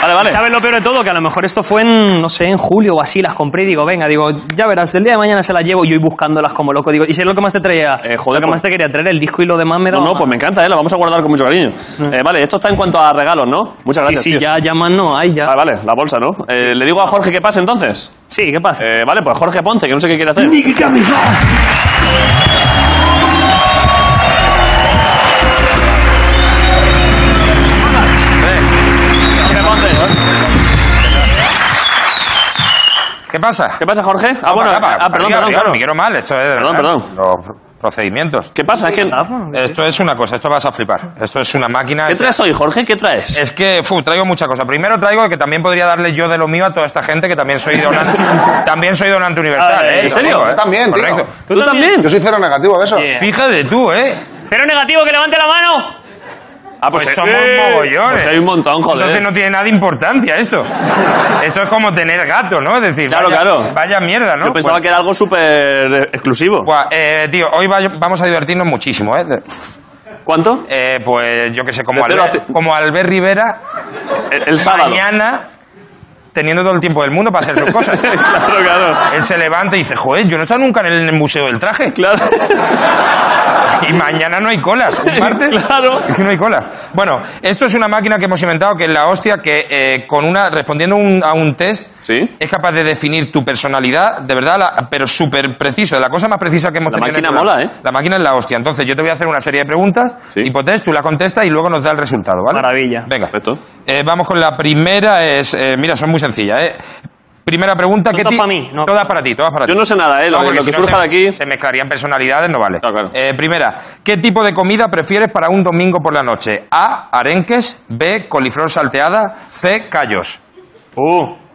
A: Vale, vale.
C: ¿Sabes lo peor de todo? Que a lo mejor esto fue en, no sé, en julio o así, las compré y digo, venga, digo, ya verás, el día de mañana se las llevo y yo voy buscándolas como loco. Digo, ¿y si es lo que más te traía?
A: Eh, joder,
C: lo que
A: pues-
C: más te quería traer, el disco y lo demás me
A: No,
C: daba
A: no,
C: más.
A: pues me encanta, ¿eh? La vamos a guardar con mucho cariño. Eh, vale, esto está en cuanto a regalos, ¿no? Muchas gracias.
C: Sí, sí,
A: tío. Ah,
C: ya, ya más no hay, ya.
A: Vale, vale, la bolsa, ¿no? Eh, Le digo a Jorge que pase entonces.
C: Sí, ¿qué pasa?
A: Eh, vale, pues Jorge Ponce, que no sé qué quiere hacer.
E: ¿Qué pasa?
A: ¿Qué pasa, Jorge? Ah, bueno,
E: Para, para,
A: ah, perdón,
E: arriba,
A: perdón,
E: arriba,
A: claro.
E: Me quiero mal, esto es de
A: Perdón,
E: verdad,
A: perdón.
E: Los procedimientos.
A: ¿Qué pasa? Es que-
C: Ah,
E: Esto es una cosa, esto vas a flipar. Esto es una máquina.
A: ¿Qué traes hoy, Jorge? ¿Qué traes?
E: Es que, fu, traigo mucha cosa. Primero traigo que también podría darle yo de lo mío a toda esta gente que también soy donante, también soy donante universal.
A: Ah, ¿en
E: eh, lo
A: serio?
E: digo, eh.
A: Yo
H: también, tío.
E: Correcto.
A: ¿Tú, también?
H: Yo soy cero negativo de eso.
E: Fíjate tú, ¿eh?
C: Cero negativo, que levante la mano.
A: Ah, pues,
E: Pues
A: eh,
E: somos mogollones.
C: eh.
A: Pues hay un montón,
E: Entonces
A: joder.
E: no tiene nada de importancia esto. Esto es como tener gato, ¿no? Es decir,
A: Claro,
E: vaya,
A: claro.
E: vaya mierda, ¿no?
A: Yo pensaba
E: Pues-
A: que era algo súper eh, exclusivo.
E: Buah, eh, tío, hoy va- vamos a divertirnos muchísimo, ¿eh?
A: ¿Cuánto?
E: Eh, pues yo que sé, como,
A: De cero a
E: Albert,
A: cien.
E: como Albert Rivera,
A: El, el sábado.
E: Eh, mañana, teniendo todo el tiempo del mundo para hacer sus cosas.
A: claro, claro.
E: Él se levanta y dice, joder, yo no he estado nunca en el Museo del Traje.
A: Claro.
E: Y mañana no hay colas. Un martes.
A: Claro.
E: Es que no hay colas. Bueno, esto es una máquina que hemos inventado que es la hostia que eh, con una respondiendo un- a un test
A: Sí.
E: es capaz de definir tu personalidad, de verdad, la- pero súper preciso. La cosa más precisa que hemos
A: La
E: tenido. en el
A: máquina
E: programa.
A: mola, ¿eh?
E: La máquina es la hostia. Entonces yo te voy a hacer una serie de preguntas
A: Sí.
E: y tú la contestas y luego nos da el resultado, ¿vale?
C: Maravilla.
E: Venga.
A: Perfecto.
E: Eh, vamos con la primera. Es, eh, mira, son muy sencillas. ¿eh? Primera pregunta. ¿qué
C: Todas
E: ti-
C: para mí, no.
E: Todas para ti, todas para ti.
A: Yo no sé nada, ¿eh? Lo,
E: No,
A: que-
E: porque
A: lo que
E: si no
A: surja de
E: se-
A: aquí.
E: Se mezclarían personalidades, no vale.
A: Claro, claro.
E: Eh, primera, ¿qué tipo de comida prefieres para un domingo por la noche? A, arenques, B, coliflor salteada, C, callos.
C: Uh,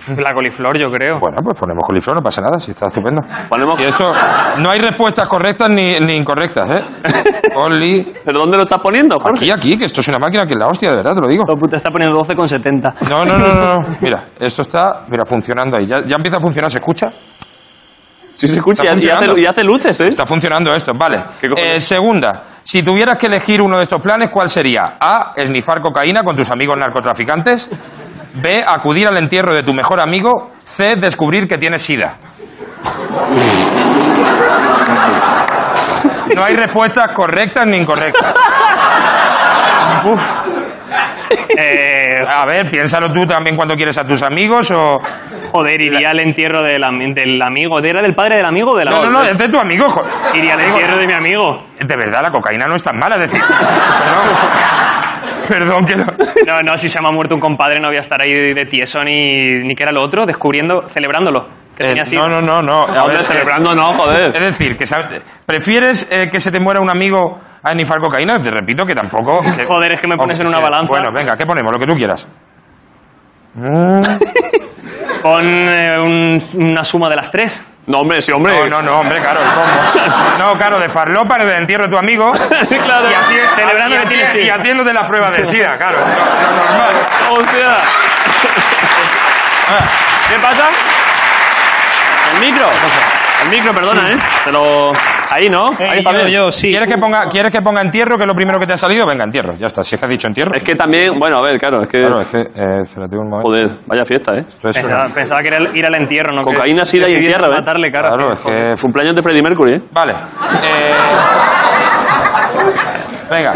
C: la coliflor, yo creo.
E: Bueno, pues ponemos coliflor, no pasa nada, si está estupendo.
A: Ponemos-
E: Y esto, no hay respuestas correctas ni, ni incorrectas, ¿eh? Coli...
A: ¿Pero dónde lo estás poniendo, Jorge?
E: Aquí, aquí, que esto es una máquina que es la hostia, de verdad, te lo digo.
C: Oh, puta, está poniendo 12,70. con
E: No, no, no, no, no. Mira, esto está, mira, funcionando ahí. Ya, ya empieza a funcionar, ¿se escucha?
A: Si se escucha,
E: Está
A: y hace,
E: funcionando.
A: y hace luces, ¿eh?
E: Está funcionando esto, vale.
A: ¿Qué cojones?
E: Eh, segunda, si tuvieras que elegir uno de estos planes, ¿cuál sería? A, esnifar cocaína con tus amigos narcotraficantes. B, acudir al entierro de tu mejor amigo. C, descubrir que tienes sida. No hay respuestas correctas ni incorrectas. Uf. Eh, a ver, piénsalo tú también cuando quieres a tus amigos o...
A: Pues,
C: Joder, iría al entierro del, am- del amigo. ¿Era del padre del amigo o de la
E: No, no, no, es de tu amigo, joder.
C: Iría al entierro de mi amigo.
E: De verdad, la cocaína no es tan mala, es decir. Perdón. Perdón que no.
C: No, no, si se me ha muerto un compadre no voy a estar ahí de, de tieso ni, ni que era lo otro, descubriendo, celebrándolo. Que tenía
E: Eh,
C: así.
E: no, no, no, no. A
A: Hombre,
E: ver,
A: celebrando, no,
E: Es, es
A: joder.
E: decir, que sabes- ¿prefieres eh, que se te muera un amigo a esnifar cocaína? Te repito que tampoco. que-
C: Joder, es que me pones en una
E: sea-
C: balanza.
E: Bueno, venga, ¿qué ponemos? Lo que tú quieras.
C: Con eh, un- una suma de las tres.
A: No, hombre, sí, hombre.
E: No, no, no, hombre, claro, el combo. No, claro, de farlopa, del entierro de tu amigo.
A: claro.
E: Y así,
C: Celebrando
E: y
C: que
E: así-
C: tienes sida.
E: Y haciendo de la prueba de SIDA, claro. Lo- lo normal.
A: O sea,
E: Ah,
A: ¿qué pasa? El micro. El micro, perdona, ¿eh? Te lo... Ahí, ¿no? Ahí también.
C: sí.
E: ¿Quieres que, ponga, ¿Quieres que ponga entierro, que es lo primero que te ha salido? Venga, entierro. Ya está, si es que has dicho entierro.
A: Es que también... Bueno, a ver, claro, es que...
E: Claro, es que. eh, espérate un momento.
A: Joder, vaya fiesta, ¿eh?
E: Esto es
C: Pensaba,
E: una-
C: pensaba que era el- ir al entierro, ¿no?
A: Cocaína, sida y
C: Decidir
A: entierro, ¿eh?
C: Matarle, cara.
E: Claro, es que.
A: Cumpleaños de Freddie Mercury, ¿eh?
E: Vale. Eh, Venga.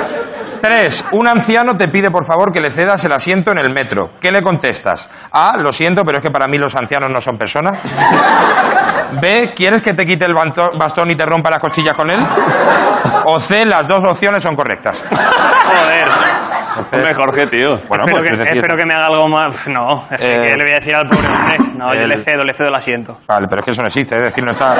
E: Tres. Un anciano te pide, por favor, que le cedas el asiento en el metro. ¿Qué le contestas? A. Lo siento, pero es que para mí los ancianos no son personas. B. ¿Quieres que te quite el banto- bastón y te rompa las costillas con él? O C. Las dos opciones son correctas.
C: Joder.
A: Hombre, Jorge, tío.
E: Bueno,
C: espero,
E: pues,
C: que,
E: es decir-
C: espero que me haga algo más. Pf, No, es que
E: Eh,
C: ¿qué le voy a decir al pobre hombre. No, yo
E: el-
C: le cedo, le cedo el asiento.
E: Vale, pero es que eso no existe, es decir, no está.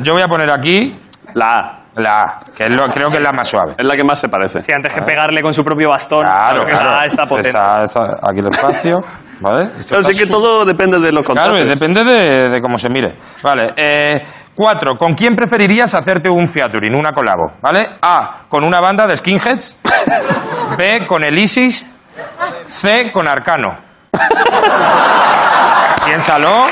E: Yo voy a poner aquí
A: La A.
E: la A, que es lo- creo que es la más suave.
A: Es la que más se parece.
C: Sí, antes que pegarle con su propio bastón.
E: Claro,
C: que
E: claro.
C: está- está potente.
E: Está- está aquí el espacio, ¿vale? Esto
A: Claro,
E: está
A: sí que
E: su-
A: todo depende de los
E: Claro,
A: contactos.
E: depende de, de cómo se mire. Vale, eh, cuatro. ¿Con quién preferirías hacerte un featuring, una colabo? ¿Vale? A. Con una banda de skinheads. B. Con el ISIS. C. Con Arcano. Piénsalo.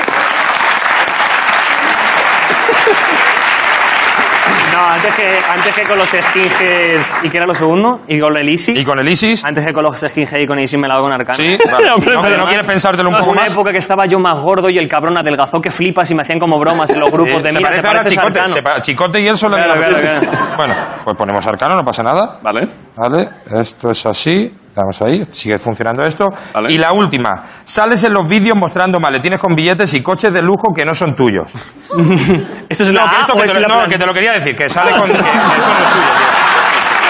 C: No, antes que, antes que con los skinheads. ¿Y qué era lo segundo? Y con el Easy.
E: ¿Y con el ISIS?
C: Antes que con los skinheads y con Easy me la hago con Arcana.
E: Sí. vale.
A: Hombre,
E: ¿No,
A: pero
E: ¿No
A: más-
E: quieres pensártelo un
C: No,
E: poco
C: una
E: más?
C: época que estaba yo más gordo y el cabrón adelgazó que flipas y me hacían como bromas en los grupos de
E: Eh, se
C: mira, te
E: parece ahora a
C: pareces
E: Chicote.
C: Arcano.
E: se pa- Chicote y él son la
C: Claro,
E: misma
C: claro,
E: persona. Bueno, pues ponemos arcano, no pasa nada.
A: Vale.
E: Vale, esto es así. Damos ahí, sigue funcionando esto.
A: Vale.
E: Y la última, sales en los vídeos mostrando maletines con billetes y coches de lujo que no son tuyos.
C: Eso es
E: No,
A: Ah,
C: la A
E: que, esto
A: pues
C: o es
E: que, te lo,
C: la
E: Ah, pues no,
C: plan-
E: que te lo quería decir, que sale con. que- que eso no es tuyo,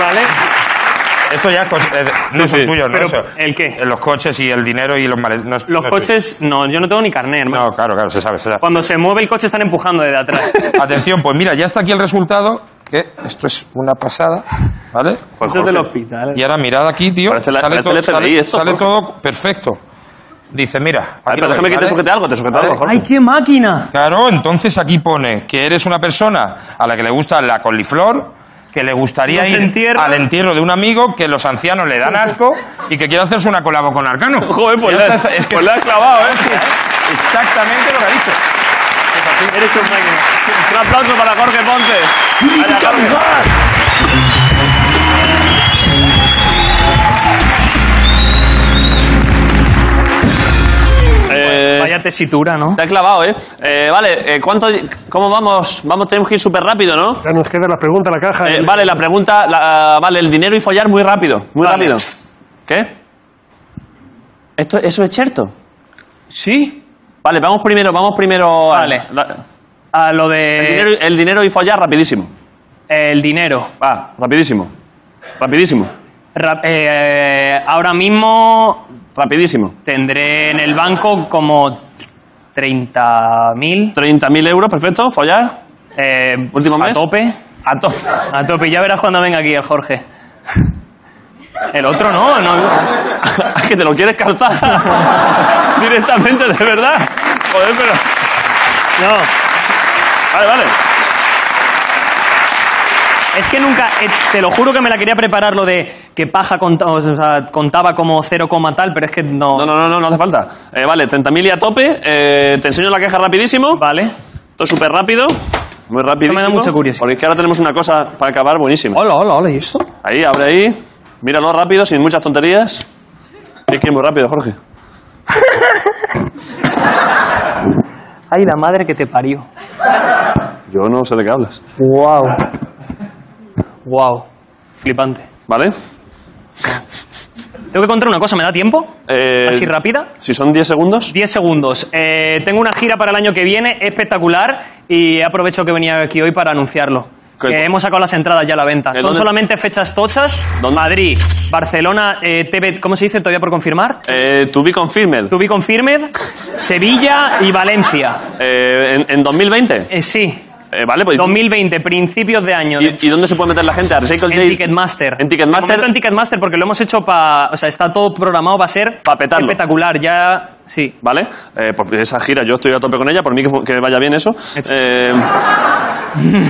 C: Vale.
E: tío. Esto ya es cos- eh,
A: Sí,
E: no son
A: sí.
E: tuyos, ¿no?
C: Pero,
E: Eso.
C: ¿el qué?
E: Eh, Los coches y el dinero y los maletines. no es-
C: Los
E: no es
C: coches, no, yo no tengo ni carnet,
E: tuyo.
C: hermano.
E: No, claro, claro, se sabe, se sabe.
C: Cuando se mueve el coche están empujando desde atrás.
E: Atención, pues mira, ya está aquí el resultado, que esto es una pasada, ¿vale?
C: Eso es del hospital.
E: Y ahora mirad aquí, tío.
A: Parece la- parece
E: sale todo,
A: el FBI
E: sale-
A: esto,
E: sale
A: Jorge.
E: todo perfecto. Dice, mira.
A: Ay,
E: aquí
A: pero
E: lo
A: déjame
E: veis,
A: que te
E: ¿vale?
A: sujete algo, te sujete
E: Vale.
A: algo, Jorge.
C: qué máquina!
E: Claro, entonces aquí pone que eres una persona a la que le gusta la coliflor, que le gustaría
C: Los
E: ir
C: entierros.
E: al entierro de un amigo, que los ancianos le dan asco y que quiere hacerse una colabo con Arcano.
A: Joder, pues
E: Ya
A: la-
E: está, es que
A: pues la has clavado, ¿eh?
E: Exactamente lo que ha dicho.
A: Eres un máquina. Un aplauso para Jorge Ponte. Vaya, Jorge. Eh,
C: Vaya tesitura, ¿no?
A: Te ha clavado, ¿eh? Eh, vale, eh, ¿cuánto, ¿cómo vamos? Vamos, tenemos que ir súper rápido, ¿no?
D: Ya nos queda la pregunta, la caja.
A: Eh,
D: el-
A: vale, la pregunta, la- vale, el dinero y follar muy rápido, muy rápido. ¿Qué? Esto, ¿Eso es cierto?
C: Sí.
A: Vale, vamos primero, vamos primero a-
C: Vale. Eh.
A: la-
C: A lo
A: el,
C: de.
A: dinero, y- el dinero y follar rapidísimo.
C: El dinero.
A: Va, rapidísimo. Rapidísimo.
C: Ra- eh, ahora mismo
A: Rapidísimo.
C: tendré en el banco como 30.000.
A: 30.000 euros, perfecto, follar.
C: Eh,
A: Último
C: a
A: mes.
C: tope. A tope. A tope. Ya verás cuando venga aquí el Jorge. El otro no, no.
E: Ah,
A: que te lo quieres calzar. Directamente, de verdad. Joder, pero...
C: No.
A: Vale, vale.
C: Es que nunca, eh, te lo juro que me la quería preparar lo de que paja conta- o sea, contaba como 0, tal, pero es que no.
A: No, no, no, no, no hace falta. Eh, vale, 30.000 y a tope. Eh, te enseño la caja rapidísimo.
C: Vale.
A: Esto es súper rápido. Muy rápido.
C: me da mucha curiosidad.
A: Porque es que ahora tenemos una cosa para acabar buenísima.
C: Hola, hola, hola, ¿y esto?
A: Ahí, abre ahí. Míralo rápido, sin muchas tonterías. Es que es muy rápido, Jorge.
C: Ay, la madre que te parió.
A: Yo no sé de qué hablas.
C: Wow. Wow. Flipante.
A: ¿Vale?
C: Tengo que contar una cosa, ¿me da tiempo?
A: Eh,
C: Así rápida.
A: Si son 10 segundos.
C: 10 segundos. Eh, tengo una gira para el año que viene espectacular y aprovecho que venía aquí hoy para anunciarlo.
A: ¿Qué?
C: Que hemos sacado las entradas ya a la venta.
A: ¿Eh,
C: Son
A: dónde?
C: solamente fechas tochas.
A: ¿Dónde?
C: Madrid, Barcelona, eh, TV, ¿cómo se dice? Todavía por confirmar.
A: Eh, to be confirmed.
C: To be confirmed, Sevilla y Valencia.
A: Eh, en, en 2020.
C: Eh, sí,
A: Eh, vale, pues.
C: 2020, principios de año.
A: ¿Y, y dónde se puede meter la gente? A Recycle J-
C: en Ticketmaster.
A: En
C: De momento
A: Ticketmaster.
C: en Ticketmaster porque lo hemos hecho para... O sea, está todo programado, va a ser...
A: Pa' petarlo.
C: Espectacular, ya... Sí.
A: ¿Vale? Eh, por esa gira, yo estoy a tope con ella, por mí que, fu- que vaya bien eso. Eh,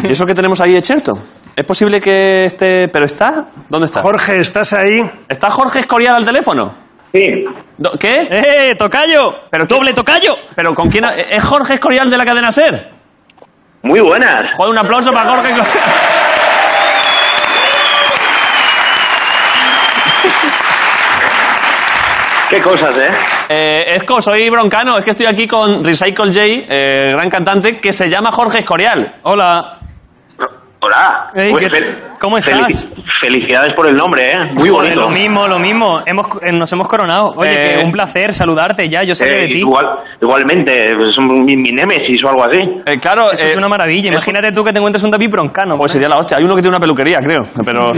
A: ¿Y eso que tenemos ahí es cierto? ¿Es posible que esté... ¿Pero está? ¿Dónde está?
D: Jorge, ¿estás ahí?
A: ¿Está Jorge Escorial al teléfono? Sí. ¿Qué?
C: ¡Eh, tocayo!
A: ¿Pero qué-
C: ¡Doble tocayo!
A: ¿Pero con quién? ha- ¿Es Jorge Escorial de la cadena SER?
F: Muy buenas.
A: Joder, un aplauso para Jorge Escorial.
F: Qué cosas, ¿eh?
A: Eh, Esco, soy broncano, es que estoy aquí con Recycle J, eh, gran cantante, que se llama Jorge Escorial.
C: Hola.
F: Hola.
C: Ey,
F: Pues,
C: ¿qué-
F: fel-
C: cómo estás?
F: Felicidades por el nombre, ¿eh? Muy
C: Joder,
F: bonito.
C: lo mismo, lo mismo. Hemos, eh, nos hemos coronado. Oye,
A: Eh,
C: que un placer saludarte ya. Yo sé
F: Eh,
C: de ti.
F: igual, igualmente, es un, mi, mi némesis o algo así.
A: Eh, claro,
C: Esto es
A: eh,
C: una maravilla.
A: es un-
C: Imagínate tú que te encuentres un David Broncano.
A: Pues sería la hostia. Hay uno que tiene una peluquería, creo. Pero.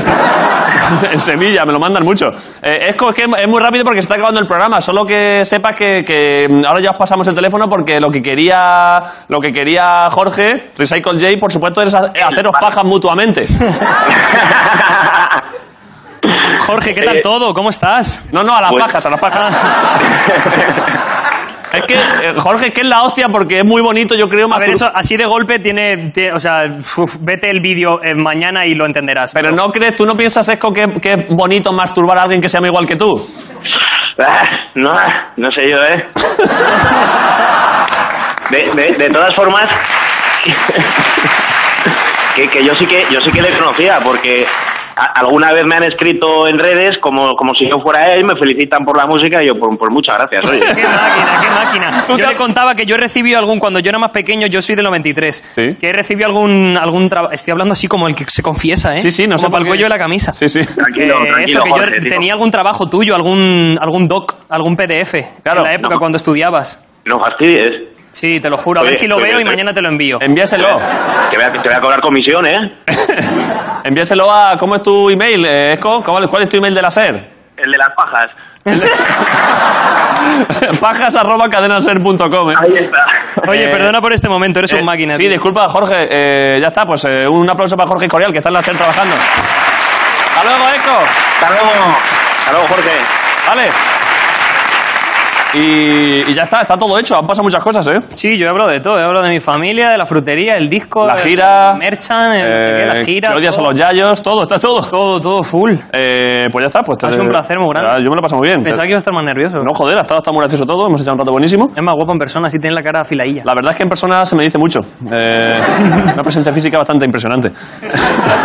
A: en Sevilla, me lo mandan mucho. Eh, Esco, es que es muy rápido porque se está acabando el programa. Solo que sepas que, que mm, ahora ya os pasamos el teléfono porque lo que quería, lo que quería Jorge, Recycle J, por supuesto, es ha- haceros pajas mutuamente.
C: Jorge, ¿qué tal
F: Eh,
C: todo? ¿Cómo estás?
A: No, no, a las
F: Bueno.
A: pajas, a las pajas. es que, eh, Jorge, es que es la hostia porque es muy bonito, yo creo,
C: A ver,
A: mastur-
C: eso así de golpe tiene, tiene- o sea, uf, vete el vídeo eh, mañana y lo entenderás.
A: Pero no crees, tú no piensas, Esco, que, que es bonito masturbar a alguien que se llama igual que tú.
F: Ah, no, ah, no sé yo, ¿eh? De, de- de todas formas, que, que yo sí que yo sí que le conocía porque a- alguna vez me han escrito en redes como, como si yo fuera él, me felicitan por la música y yo por, por muchas gracias. Oye.
C: Qué máquina, qué máquina.
A: Tú
C: Yo
A: te-
C: te contaba que yo he recibido algún, cuando yo era más pequeño, yo soy del 93.
A: Sí.
C: Que he recibido algún, algún trabajo. Estoy hablando así como el que se confiesa, ¿eh?
A: Sí, sí, no sé
C: Como
A: por
C: para el
A: qué.
C: cuello de la camisa.
A: Sí, sí.
F: Tranquilo,
C: Eh,
F: tranquilo,
C: eso, que
F: Jorge,
C: yo
F: tío.
C: tenía algún trabajo tuyo, algún, algún doc, algún PDF
A: Claro.
C: en la época
F: No.
C: cuando estudiabas.
F: No fastidies.
C: Sí, te lo juro. A
F: Oye,
C: ver si lo
F: oye,
C: veo
F: oye.
C: y mañana te lo envío.
A: Envíaselo.
F: Que voy a, que voy a cobrar comisión, ¿eh?
A: Envíaselo a. ¿Cómo es tu email, eh, Esco? ¿Cuál, cuál es tu email de la SER?
F: El de las pajas.
A: Pajas arroba cadenaser.com. eh.
F: Ahí está.
C: Oye,
A: Eh,
C: perdona por este momento, eres
A: Eh,
C: un máquina.
A: Sí,
C: tío.
A: disculpa, Jorge. eh, ya está, pues eh, un aplauso para Jorge Corial, que está en la SER trabajando. Hasta luego, Esco.
F: Hasta luego. Hasta luego, Jorge.
A: Vale. Y, y ya está, está todo hecho. Han pasado muchas cosas, ¿eh?
C: Sí, yo he hablado de todo. He hablado de mi familia, de la frutería, el disco.
A: La
C: el-
A: gira.
C: el merchan, el no sé qué, la
A: Eh,
C: gira.
A: que odias a
C: todo.
A: los yayos, todo, está todo.
C: Todo, todo full.
A: Eh, pues ya está, pues te-
C: Ha sido un placer muy grande.
A: Ah, Yo me lo he pasado muy bien.
C: Pensaba que iba a estar más nervioso.
A: No, joder, ha estado, ha estado muy gracioso todo, hemos echado un rato buenísimo.
C: Es más guapo en persona, así tiene la cara afiladilla.
A: La verdad es que en persona se me dice mucho. Eh, una presencia física bastante impresionante.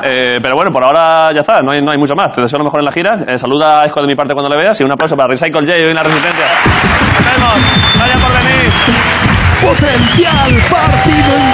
A: Eh, pero bueno, por ahora ya está, no hay, no hay mucho más. Te deseo lo mejor en la gira. Eh, saluda a Esco de mi parte cuando le veas y un aplauso para Recycle J hoy en la Resistencia. ¡Nos vemos! ¡Gracias por venir!
B: Potencial partido en